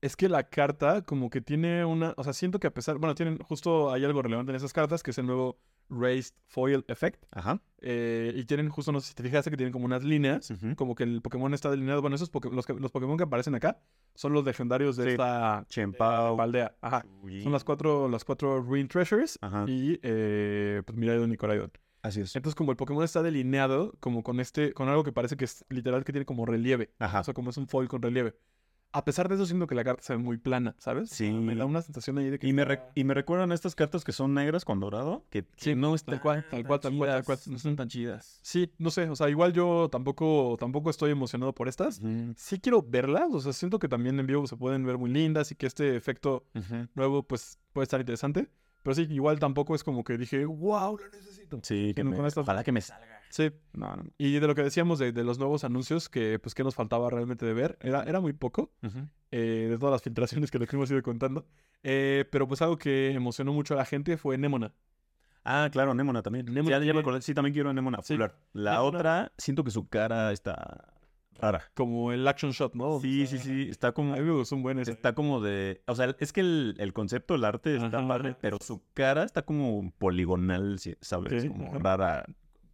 es que la carta como que tiene una, o sea, siento que a pesar, bueno, tienen, justo hay algo relevante en esas cartas, que es el nuevo Raised Foil Effect. Ajá. eh, y tienen justo, no sé si te fijaste, que tienen como unas líneas. Ujú. Como que el Pokémon está delineado. Bueno, esos Poké- los, que- los Pokémon que aparecen acá son los legendarios de Sí. esta Chenpao. aldea. Ajá. Chuyin. Son las cuatro, las cuatro Ruin Treasures Ajá. y eh, pues Miraidon y Coraidon. Así es. Entonces, como el Pokémon está delineado, como con este, con algo que parece que es literal que tiene como relieve. Ajá. O sea, como es un foil con relieve. A pesar de eso, siento que la carta se ve muy plana, ¿sabes? Sí. Me da una sensación ahí de que. Y me, re- y me recuerdan estas cartas que son negras con dorado. Que Sí, no, es tal cual, tal cual, tal cual, tal cual. No son tan chidas. Sí, no sé, o sea, igual yo tampoco, tampoco estoy emocionado por estas. Ujú, Sí quiero verlas, o sea, siento que también en vivo se pueden ver muy lindas y que este efecto ujú. nuevo, pues, puede estar interesante. Pero sí, igual tampoco es como que dije, wow, lo necesito. Sí, que no, me- con estas- ojalá que me salga. Sí, No, no. no. y de lo que decíamos de, de los nuevos anuncios, que pues que nos faltaba realmente de ver, era, era muy poco. Ujú. eh, de todas las filtraciones que les hemos ido contando. Eh, pero pues algo que emocionó mucho a la gente fue Nemona. Ah, claro, Nemona también. Nemona Sí, ya, ya tiene- me acordé. Sí, también quiero a Nemona. Sí. Fular. La Nemona. otra, siento que su cara está rara. Como el action shot, ¿no? Sí, sí, sí. Está Oh, A como, mí me gustó un buen ese. está como de. O sea, es que el, el concepto, el arte está Ajá. padre, pero su cara está como poligonal, sí, ¿sabes? Ok, Como ajá. rara,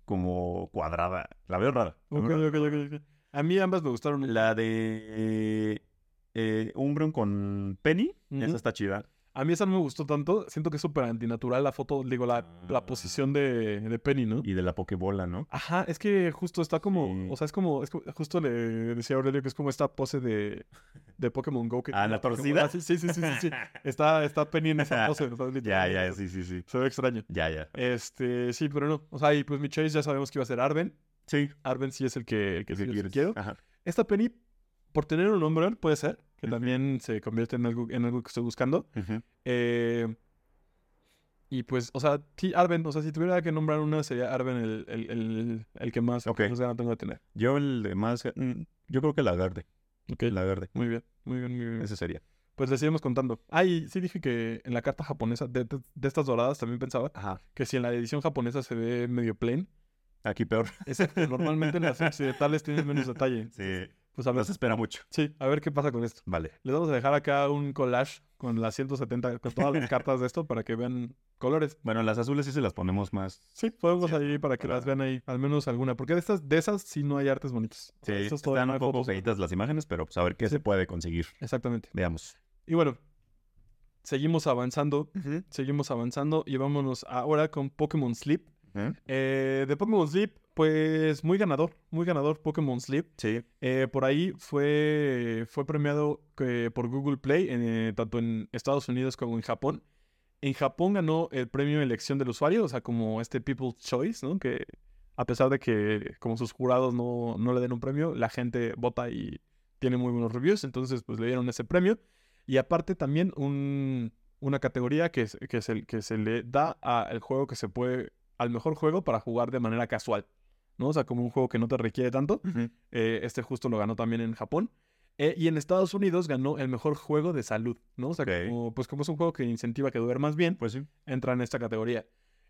como cuadrada. La veo rara. La Ok, veo rara. ok, ok, ok. A mí ambas me gustaron. mucho. La de eh, Umbreon con Penny, Ujú. esa está chida. A mí esa no me gustó tanto. Siento que es súper antinatural la foto, digo, la, Ah. la posición de, de Penny, ¿no? Y de la Pokébola, ¿no? Ajá, es que justo está como, Sí. o sea, es como, es como- justo le decía a Aurelio que es como esta pose de, de Pokémon Go. Que Ah, ¿la torcida? Ah, Sí, sí, sí, sí, sí, *laughs* sí. Está, está Penny en esa pose. o sea, Ya, literal, ya, sí, sí, sí. Se ve extraño. Ya, ya. Este, sí, pero no. O sea, y pues mi Chase ya sabemos que iba a ser Arven. Sí. Arven sí es el que, el que, ¿Qué sí es el que quieres? quiero. Ajá. Esta Penny, por tener un nombre, puede ser, que Ujú. también se convierte en algo, en algo que estoy buscando. Ujú. Eh, y pues, o sea, sí, Arven, o sea, si tuviera que nombrar una, sería Arven el, el, el, el que más, el que Ok. más ganas tengo de tener. Yo el de más... mm, Yo creo que la verde. Ok. La verde. Muy bien, muy bien, muy bien. Ese sería. Pues les seguimos contando. Ah, y sí dije que en la carta japonesa de, de- de estas doradas también pensaba Ajá. que si en la edición japonesa se ve medio plain, Aquí peor. *laughs* es que normalmente en las occidentales tienen menos detalle. Sí. Pues a ver, No se espera mucho. sí, a ver qué pasa con esto. Vale. Les vamos a dejar acá un collage con las 170, con todas las cartas de esto para que vean colores. Bueno, las azules sí se las ponemos más. Sí, podemos Sí, ahí para que para- las vean ahí, al menos alguna. Porque de estas, de esas sí no hay artes bonitas. O Sí, sea, estas todavía están no un hay poco fotos. feitas las imágenes, pero pues a ver qué Sí. se puede conseguir. Exactamente. Veamos. Y bueno, seguimos avanzando, seguimos avanzando y vámonos ahora con Pokémon Sleep. ¿Eh? Eh, de Pokémon Sleep, pues muy ganador, muy ganador Pokémon Sleep. Sí. Eh, por ahí fue, fue premiado eh, por Google Play, en, eh, tanto en Estados Unidos como en Japón. En Japón ganó el premio Elección del Usuario, o sea, como este People's Choice, ¿no? Que a pesar de que como sus jurados no, no le den un premio, la gente vota y tiene muy buenos reviews, entonces pues le dieron ese premio. Y aparte también un- una categoría que, es- que, es el, que se le da al juego que se puede, al mejor juego para jugar de manera casual, ¿no? O sea, como un juego que no te requiere tanto. Eh, este justo lo ganó también en Japón. Eh, y en Estados Unidos ganó el mejor juego de salud, ¿no? O sea, Ok. como, pues como es un juego que incentiva que duermas bien, pues Pues sí. entra en esta categoría.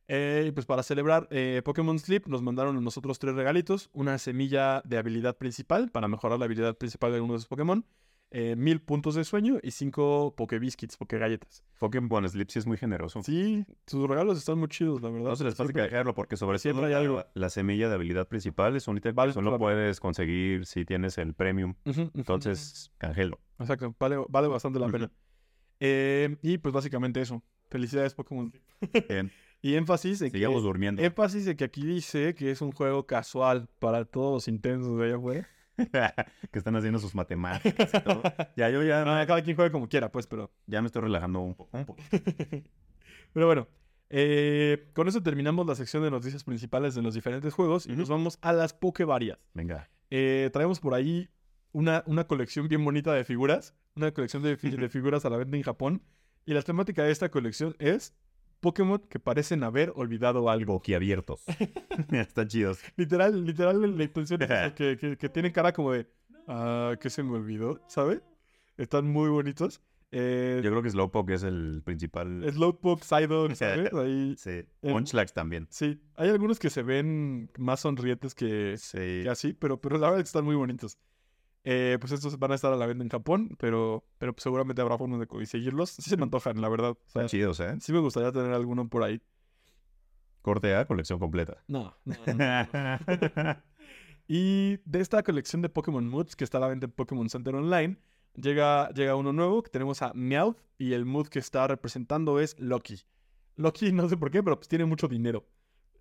Eh, y pues para celebrar eh, Pokémon Sleep nos mandaron a nosotros tres regalitos. Una semilla de habilidad principal para mejorar la habilidad principal de uno de sus Pokémon. eh, mil puntos de sueño y cinco Pokébiscuits, Pokégalletas. Pokémon Sleep sí es muy generoso. Sí, sus regalos están muy chidos, la verdad. No se les pasa que dejarlo porque sobre siempre todo hay la- algo. La semilla de habilidad principal es un ítem Vale, que solo claro. puedes conseguir si tienes el premium. Ujú, ujú, *laughs* Entonces, canjelo. ujú. Exacto, vale, vale bastante la Ujú. pena. Eh, y pues básicamente eso. Felicidades Pokémon Sleep. Bien, Y énfasis en sigamos que, em durmiendo. énfasis de que aquí dice que es un juego casual para todos los intensos de allá afuera. *laughs* que están haciendo *laughs* sus matemáticas y todo. *laughs* Ya, yo ya, Ah, cada quien juega como quiera, pues, pero. ya me estoy relajando un poco. Pero bueno, eh, con eso terminamos la sección de noticias principales de los diferentes juegos y Ujú. nos vamos a las Pokevarias. Venga. Eh, traemos por ahí una, una colección bien bonita de figuras, una colección de, fi- de figuras a la venta en Japón. Y la temática de esta colección es Pokémon que parecen haber olvidado algo. *laughs* abiertos. *laughs* Están chidos. Literal, literal, la intención es *laughs* eso, que, que, que tienen cara como de, ah, que se me olvidó, ¿sabes? Están muy bonitos. Eh, Yo creo que Slowpoke es el principal. Slowpoke, *laughs* Psyduck, ¿sabes? Ahí, Sí. Eh, Munchlax también. sí, hay algunos que se ven más sonrientes que, Sí. que así, pero, pero la verdad es que están muy bonitos. Eh, pues estos van a estar a la venta en Japón, pero, pero pues seguramente habrá formas de conseguirlos. Sí se me antojan, la verdad. O sea, Están chidos, ¿eh? sí me gustaría tener alguno por ahí. Corte A, *laughs* colección completa. No, no, no, no, no. Y de esta colección de Pokémon Moods que está a la venta en Pokémon Center Online, llega, llega uno nuevo que tenemos a Meowth y el mood que está representando es Loki. Loki, no sé por qué, pero pues tiene mucho dinero.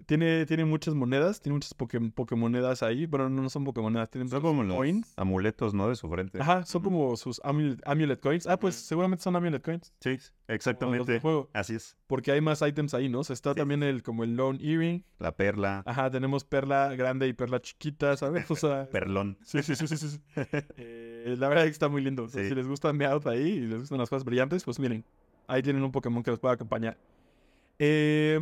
Tiene, tiene muchas monedas, tiene muchas poke, Pokémonedas ahí. Bueno, no son Pokémonedas, tienen Son sus como los coins. amuletos, ¿no? De su frente. Ajá, son como sus amulet, amulet coins. Ah, pues este, Ujú. seguramente son amulet coins. Sí, como los del exactamente. juego, Así es. porque hay más ítems ahí, ¿no? O sea, está Sí. también el como el Lone Earring. La perla, Ajá, tenemos perla grande y perla chiquita, ¿sabes? O *laughs* sea, perlón. Sí, sí, sí, sí, sí. sí. Eh, la verdad es que está muy lindo. O sea, Sí. Si les gusta Meowth ahí y les gustan las cosas brillantes, pues miren, ahí tienen un Pokémon que los pueda acompañar. Eh,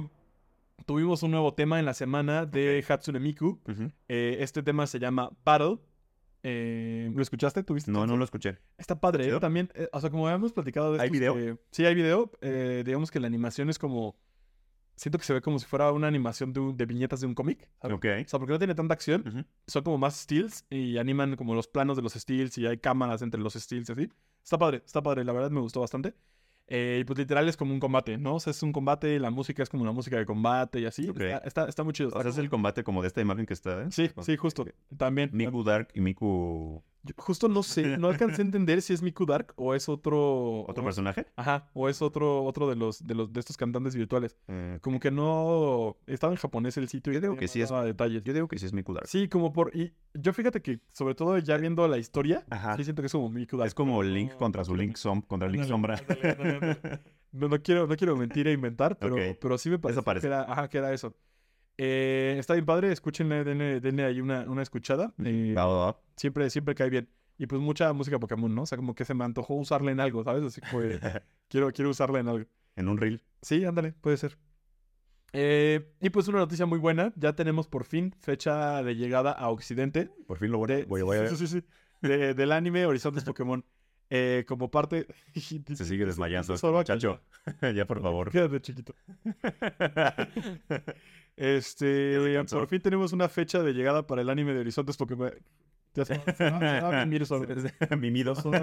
tuvimos un nuevo tema en la semana de Hatsune Miku. *laughs* Ujú. Eh, este tema se llama Battle. Eh, ¿Lo escuchaste? ¿Tuviste? No, chance? no lo escuché. Está padre, ¿eh? ¿Chido? También, eh, o sea, como habíamos platicado de ¿Hay estos video? que- sí, hay video. eh, digamos que la animación es como... Siento que se ve como si fuera una animación de, un- de viñetas de un cómic. ¿sabes? Ok. Mm. O sea, porque no tiene tanta acción, Ujú. son como más steals y animan como los planos de los steals y hay cámaras entre los steals y así. Está padre, está padre, la verdad me gustó bastante. Eh, y pues literal es como un combate, ¿no? O sea, es un combate, la música es como una música de combate y así. Ok. Está, está, está muy chido. O sea, está es el combate como de esta imagen que está, ¿eh? como- Sí, Ok. sí, justo. También. Miku Dark y Miku... Yo justo no sé, no alcancé *laughs* a entender si es Miku Dark o es otro... ¿Otro o- personaje? Ajá, o es otro, otro de los, de los, de estos cantantes virtuales. Eh, Como que no estaba en japonés el sitio y Yo digo no que sí es- daba detalles. Yo digo que sí es Miku Dark. Sí, como por. Y yo fíjate que, sobre todo ya viendo la historia, Ajá. sí siento que es como Miku Dark. Ah. Es como Link no, contra su no, Link, som- contra Link ándale, Sombra. ándale, ándale, *laughs* ándale. No, no quiero, no quiero mentir e inventar, pero, Ok. pero sí me pareció parece. Que era, ajá, que era eso. Eh, está bien padre, escúchenle, denle, denle ahí una, una escuchada. eh, Va, va, va. siempre, siempre cae bien. Y pues mucha música Pokémon, ¿no? O sea, como que se me antojó usarla en algo, ¿sabes? Así como *laughs* de, quiero, quiero usarla en algo. En un reel. Sí, ándale, puede ser. Eh, y pues una noticia muy buena, ya tenemos por fin fecha de llegada a Occidente Por fin lo voy, de- a- voy, voy a sí, ver. sí, sí, sí. De- del anime Horizontes Pokémon. Eh, como parte... *laughs* Se sigue desmayando. este Solo aquí. Muchacho, *laughs* ya por favor. Quédate chiquito. Este, cansó. por fin tenemos una fecha de llegada para el anime de Horizontes Pokémon. Ya se va- se va- *laughs* se va a mimir solo. *laughs* Mimido. Solo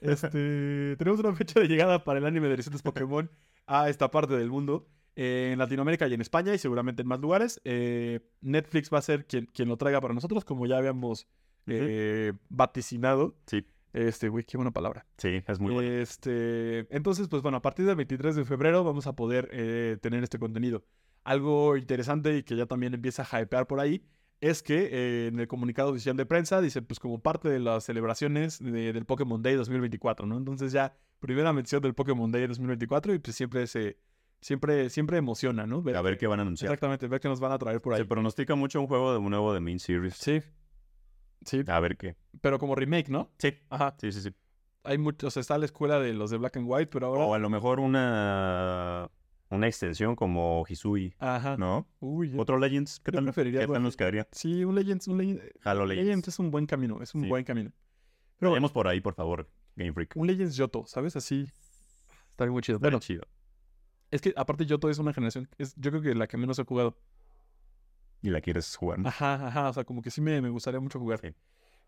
Este, tenemos una fecha de llegada para el anime de Horizontes Pokémon a esta parte del mundo, eh, en Latinoamérica y en España y seguramente en más lugares. Eh, Netflix va a ser quien, quien lo traiga para nosotros, como ya habíamos eh, vaticinado. Sí. Este, güey, qué buena palabra. *laughs* Sí, es muy bueno. Este, entonces, pues bueno, a partir del 23 de febrero vamos a poder eh, tener este contenido. Algo interesante y que ya también empieza a hypear por ahí es que eh, en el comunicado oficial de prensa dice, pues como parte de las celebraciones de- del Pokémon Day 2024, ¿no? Entonces ya, primera mención del Pokémon Day 2024 y pues siempre se, siempre, siempre emociona, ¿no? A ver qué van a anunciar. Exactamente, ver qué nos van a traer por ahí. Se pronostica mucho un juego de un nuevo de Main Series. Sí. Sí, A ver qué. pero como remake, ¿no? Sí. Ajá. Sí, sí, sí. Hay muchos, o sea, está la escuela de los de Black and White, pero ahora... O a lo mejor una, una extensión como Hisui, Ajá. ¿no? Uy, ya- Otro Legends. ¿Qué Ah, Yo tal, preferiría ¿qué algo tal así. nos quedaría? Sí, un Legends, un Legend- Halo Legends. Legends es un buen camino, es un Sí. buen camino. Pero bueno, Vayamos por ahí, por favor, Game Freak. un Legends Yoto, ¿sabes? Así está muy chido. Estaría Bueno, chido. es que aparte Yoto es una generación, es, yo creo que la que menos he jugado. Y la quieres jugar. ¿no? Ajá, ajá, o sea, como que sí me, me gustaría mucho jugar. Sí.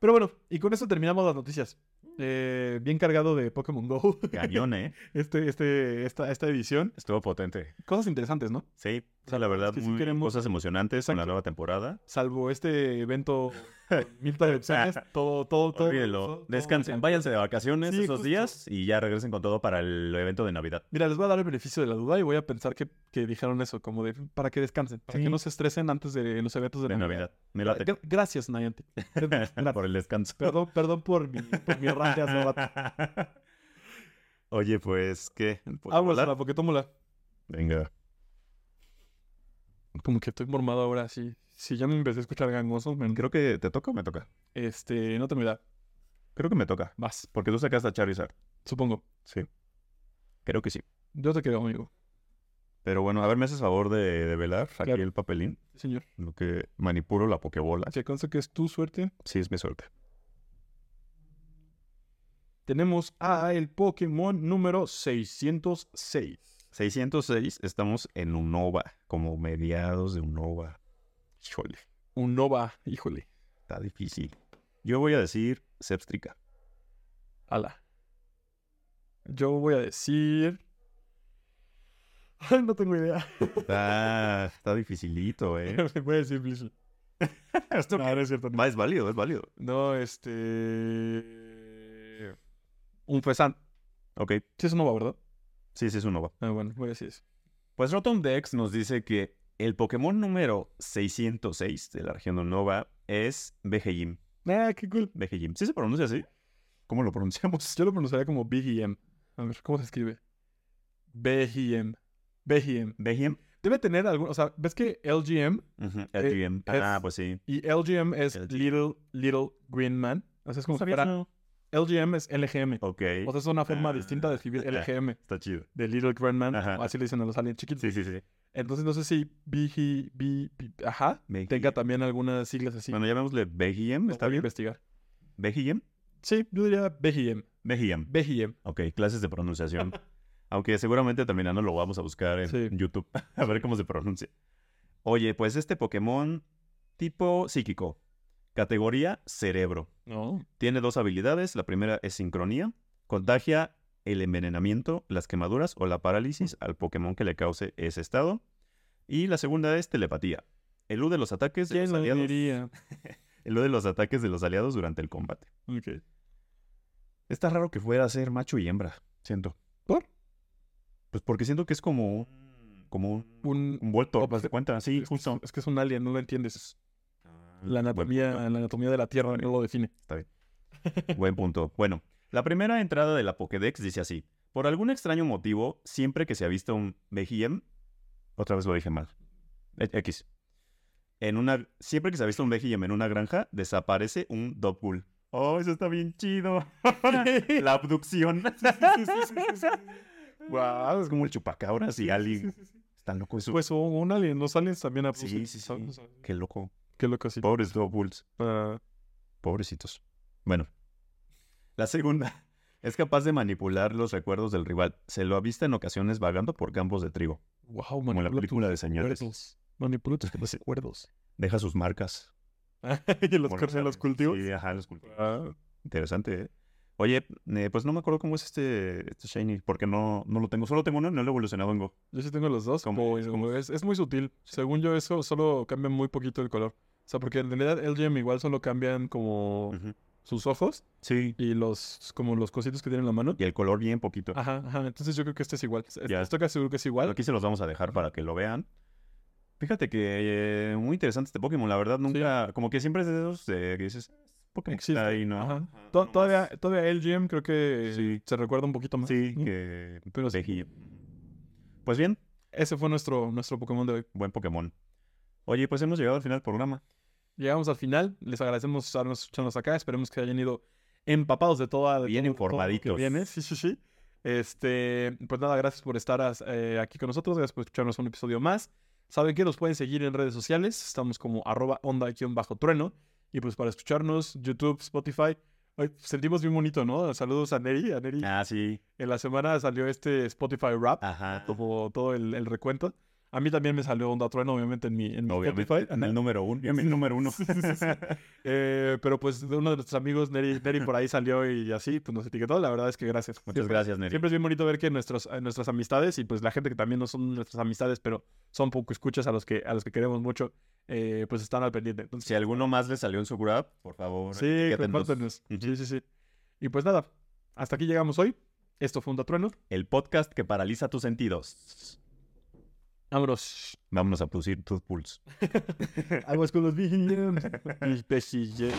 Pero bueno, y con eso terminamos las noticias. Eh, bien cargado de Pokémon Go, Cañón, ¿eh? *laughs* este, este, esta, esta edición. Estuvo potente. Cosas interesantes, ¿no? Sí, o Exacto, sea, la verdad, es que sí muy- queremos- cosas emocionantes en la Exacto. nueva temporada. Salvo este evento con mil *laughs* traducciones, todo, todo, todo. Olvídelo. todo- Descansen, váyanse de vacaciones Sí, esos justo. días y ya regresen con todo para el evento de Navidad. Mira, les voy a dar el beneficio de la duda y voy a pensar que, que dijeron eso, como de para que descansen, para que Sí. no se estresen antes de los eventos de De Navidad. Navidad. Me late. *laughs* Gra- Gracias, Nayante. por el descanso. Perdón, perdón por mi, por mi *laughs* arranque hace rato. Oye, pues, ¿qué? ¿Puedo Vámonos a hablar? la Pokétómola. Venga. Como que estoy mormado ahora, sí. Si ya me empecé a escuchar gangoso, men, Creo que te toca o me toca. este, no te me da. Creo que me toca. Vas, Porque tú sacaste a Charizard. supongo. Sí. Creo que sí. Yo te creo, amigo. Pero bueno, a ver, me haces favor de, de velar aquí Claro. el papelín. Sí, señor. Lo que manipulo la pokebola. Que consta que es tu suerte. Sí, es mi suerte. Tenemos a el Pokémon número 606. 606, estamos en Unova, como mediados de Unova. Híjole, Un Nova, híjole. está difícil. Yo voy a decir Sepstrica. Ala. Yo voy a decir. Ay, no tengo idea. Está, Ah, está dificilito, ¿eh? *laughs* Se puede decir Blizzard. *laughs* Esto- No, no es cierto. Va, es válido, es válido. No, este. Un fesán. Ok, Sí, eso no va, ¿verdad? sí, sí, es un OVA. Ah, bueno, voy a decir eso. Pues Rotomdex nos dice que el Pokémon número 606 de la región de Nova es Vegejim. Ah, qué cool. Pues, Vegejim. ¿Sí se pronuncia así? ¿Cómo lo pronunciamos? Yo lo pronunciaría como Big EM. A ver, ¿cómo se escribe? BGM. BGM. Vegejim. Debe tener algún. O sea, ¿ves que LGM Ujú, LGM. Ah, es- pues sí. y LGM es LGM. Little, Little Green Man? O sea, es como si fuera- no? LGM es LGM. Ok, O sea, es una forma Ah. distinta de escribir LGM. está chido. De Little Green Man. Ajá. Así le dicen a los aliens chiquitos. Sí, sí, sí. Entonces, no sé si BG. B, B- ajá. Vegejim. Tenga también algunas siglas así. Bueno, llamémosle Vegejim, Lo ¿está voy a bien? investigar. Vegejim. Sí, yo diría BGM. Vegejim. BGM. Ok, clases *laughs* de pronunciación. Aunque seguramente terminando lo vamos a buscar en Sí. YouTube *laughs* a ver cómo se pronuncia. Oye, pues este Pokémon tipo psíquico, categoría cerebro. No. Tiene dos habilidades. La primera es sincronía. Contagia el envenenamiento, las quemaduras o la parálisis Mm. al Pokémon que le cause ese estado. Y la segunda es telepatía. Elude los ataques de ¿Quién los lo aliados. diría? Elude los ataques de los aliados durante el combate. Ok. Está raro que fuera a ser macho y hembra, siento. ¿Por? Pues porque siento que es como un, como un, Un. un vuelto, Oh, haz de cuenta, sí, es, que, justo. es- es que es un alien, no lo entiendes. La Buen anatomía, punto, la anatomía de la Tierra no lo define. *laughs* Buen punto. Bueno, la primera entrada de la Pokédex dice así. Por algún extraño motivo, siempre que se ha visto un BGM, otra vez lo dije mal, E- X. En una, siempre que se ha visto un BGM en una granja, desaparece un Dopgul. Oh, eso está bien chido. *laughs* la abducción. *laughs* *laughs* Wow, es como el chupacabras y alguien. Están locos eso. Pues o un alien, los aliens también Sí, abducen, sí, sí. ¿sabes? Qué loco. Qué loco así. Pobres Dopguls. Ah, Pobrecitos. Bueno. La segunda. *laughs* Es capaz de manipular los recuerdos del rival. Se lo avista en ocasiones vagando por campos de trigo. wow, Como en la manipula película de tus señores. recuerdos. Manipula tus *laughs* recuerdos. Deja sus marcas. *laughs* y los, Como cor- en los cultivos. Sí, ajá, los cultivos. Ah, Interesante, ¿eh? Oye, eh, pues no me acuerdo cómo es este, este Shiny, porque no, no lo tengo. Solo tengo uno, no lo he evolucionado en Go. yo sí tengo los dos. ¿Cómo como- es? como ¿Cómo es, es muy sutil. Según yo, eso solo cambia muy poquito el color. O sea, porque en realidad LGM igual solo cambian como Ujú. sus ojos Sí. y los como los cositos que tiene en la mano. Y el color bien poquito. Ajá, ajá. Entonces yo creo que este es igual. Es- Ya. Estoy casi seguro que es igual. Aquí se los vamos a dejar para que lo vean. Fíjate que eh, muy interesante este Pokémon, la verdad, nunca, como que siempre es de esos eh, que dices, Pokémon Existe. está ahí, ¿no? Ajá. Ajá, To- no todavía, más. todavía LGM creo que Sí. se recuerda un poquito más. Sí, ¿no? que Pero sí, Vejillo. Pues bien, ese fue nuestro, nuestro Pokémon de hoy. buen Pokémon. Oye, pues hemos llegado al final del programa. Llegamos al final. Les agradecemos estarnos escuchándonos acá. Esperemos que hayan ido empapados de toda de Bien todo- todo lo que informaditos. viene. Sí, sí, sí. Este, pues nada, gracias por estar as- eh, aquí con nosotros. Gracias por escucharnos un episodio más. Saben que nos pueden seguir en redes sociales. Estamos como arroba onda-trueno. Y pues para escucharnos, YouTube, Spotify. Ay, pues, sentimos bien bonito, ¿no? Saludos a Neri. A Neri. Ah, sí. En la semana salió este Spotify Rap. Ajá. como todo el, el recuento. A mí también me salió Onda Trueno, obviamente, en mi, en mi Obviamente, Spotify. Ah, en el número uno. en el número *laughs* uno. Sí, sí, sí. Eh, pero pues de uno de nuestros amigos, Neri, Neri, por ahí salió y así, pues nos etiquetó. La verdad es que gracias. Muchas Siempre- gracias, Neri. Siempre es bien bonito ver que nuestros, eh, nuestras amistades y pues la gente que también no son nuestras amistades, pero son poco escuchas a los que, a los que queremos mucho, eh, pues están al pendiente. Entonces, Si alguno más le salió en su grab, por favor. sí, etiquétenos. compártenos. Ujú. Sí, sí, sí. Y pues nada, hasta aquí llegamos hoy. Esto fue Onda Trueno. El podcast que paraliza tus sentidos. *laughs* Vámonos. Vámonos a producir tus pulsos. *laughs* Aguas con los vigilantes. Pejiga.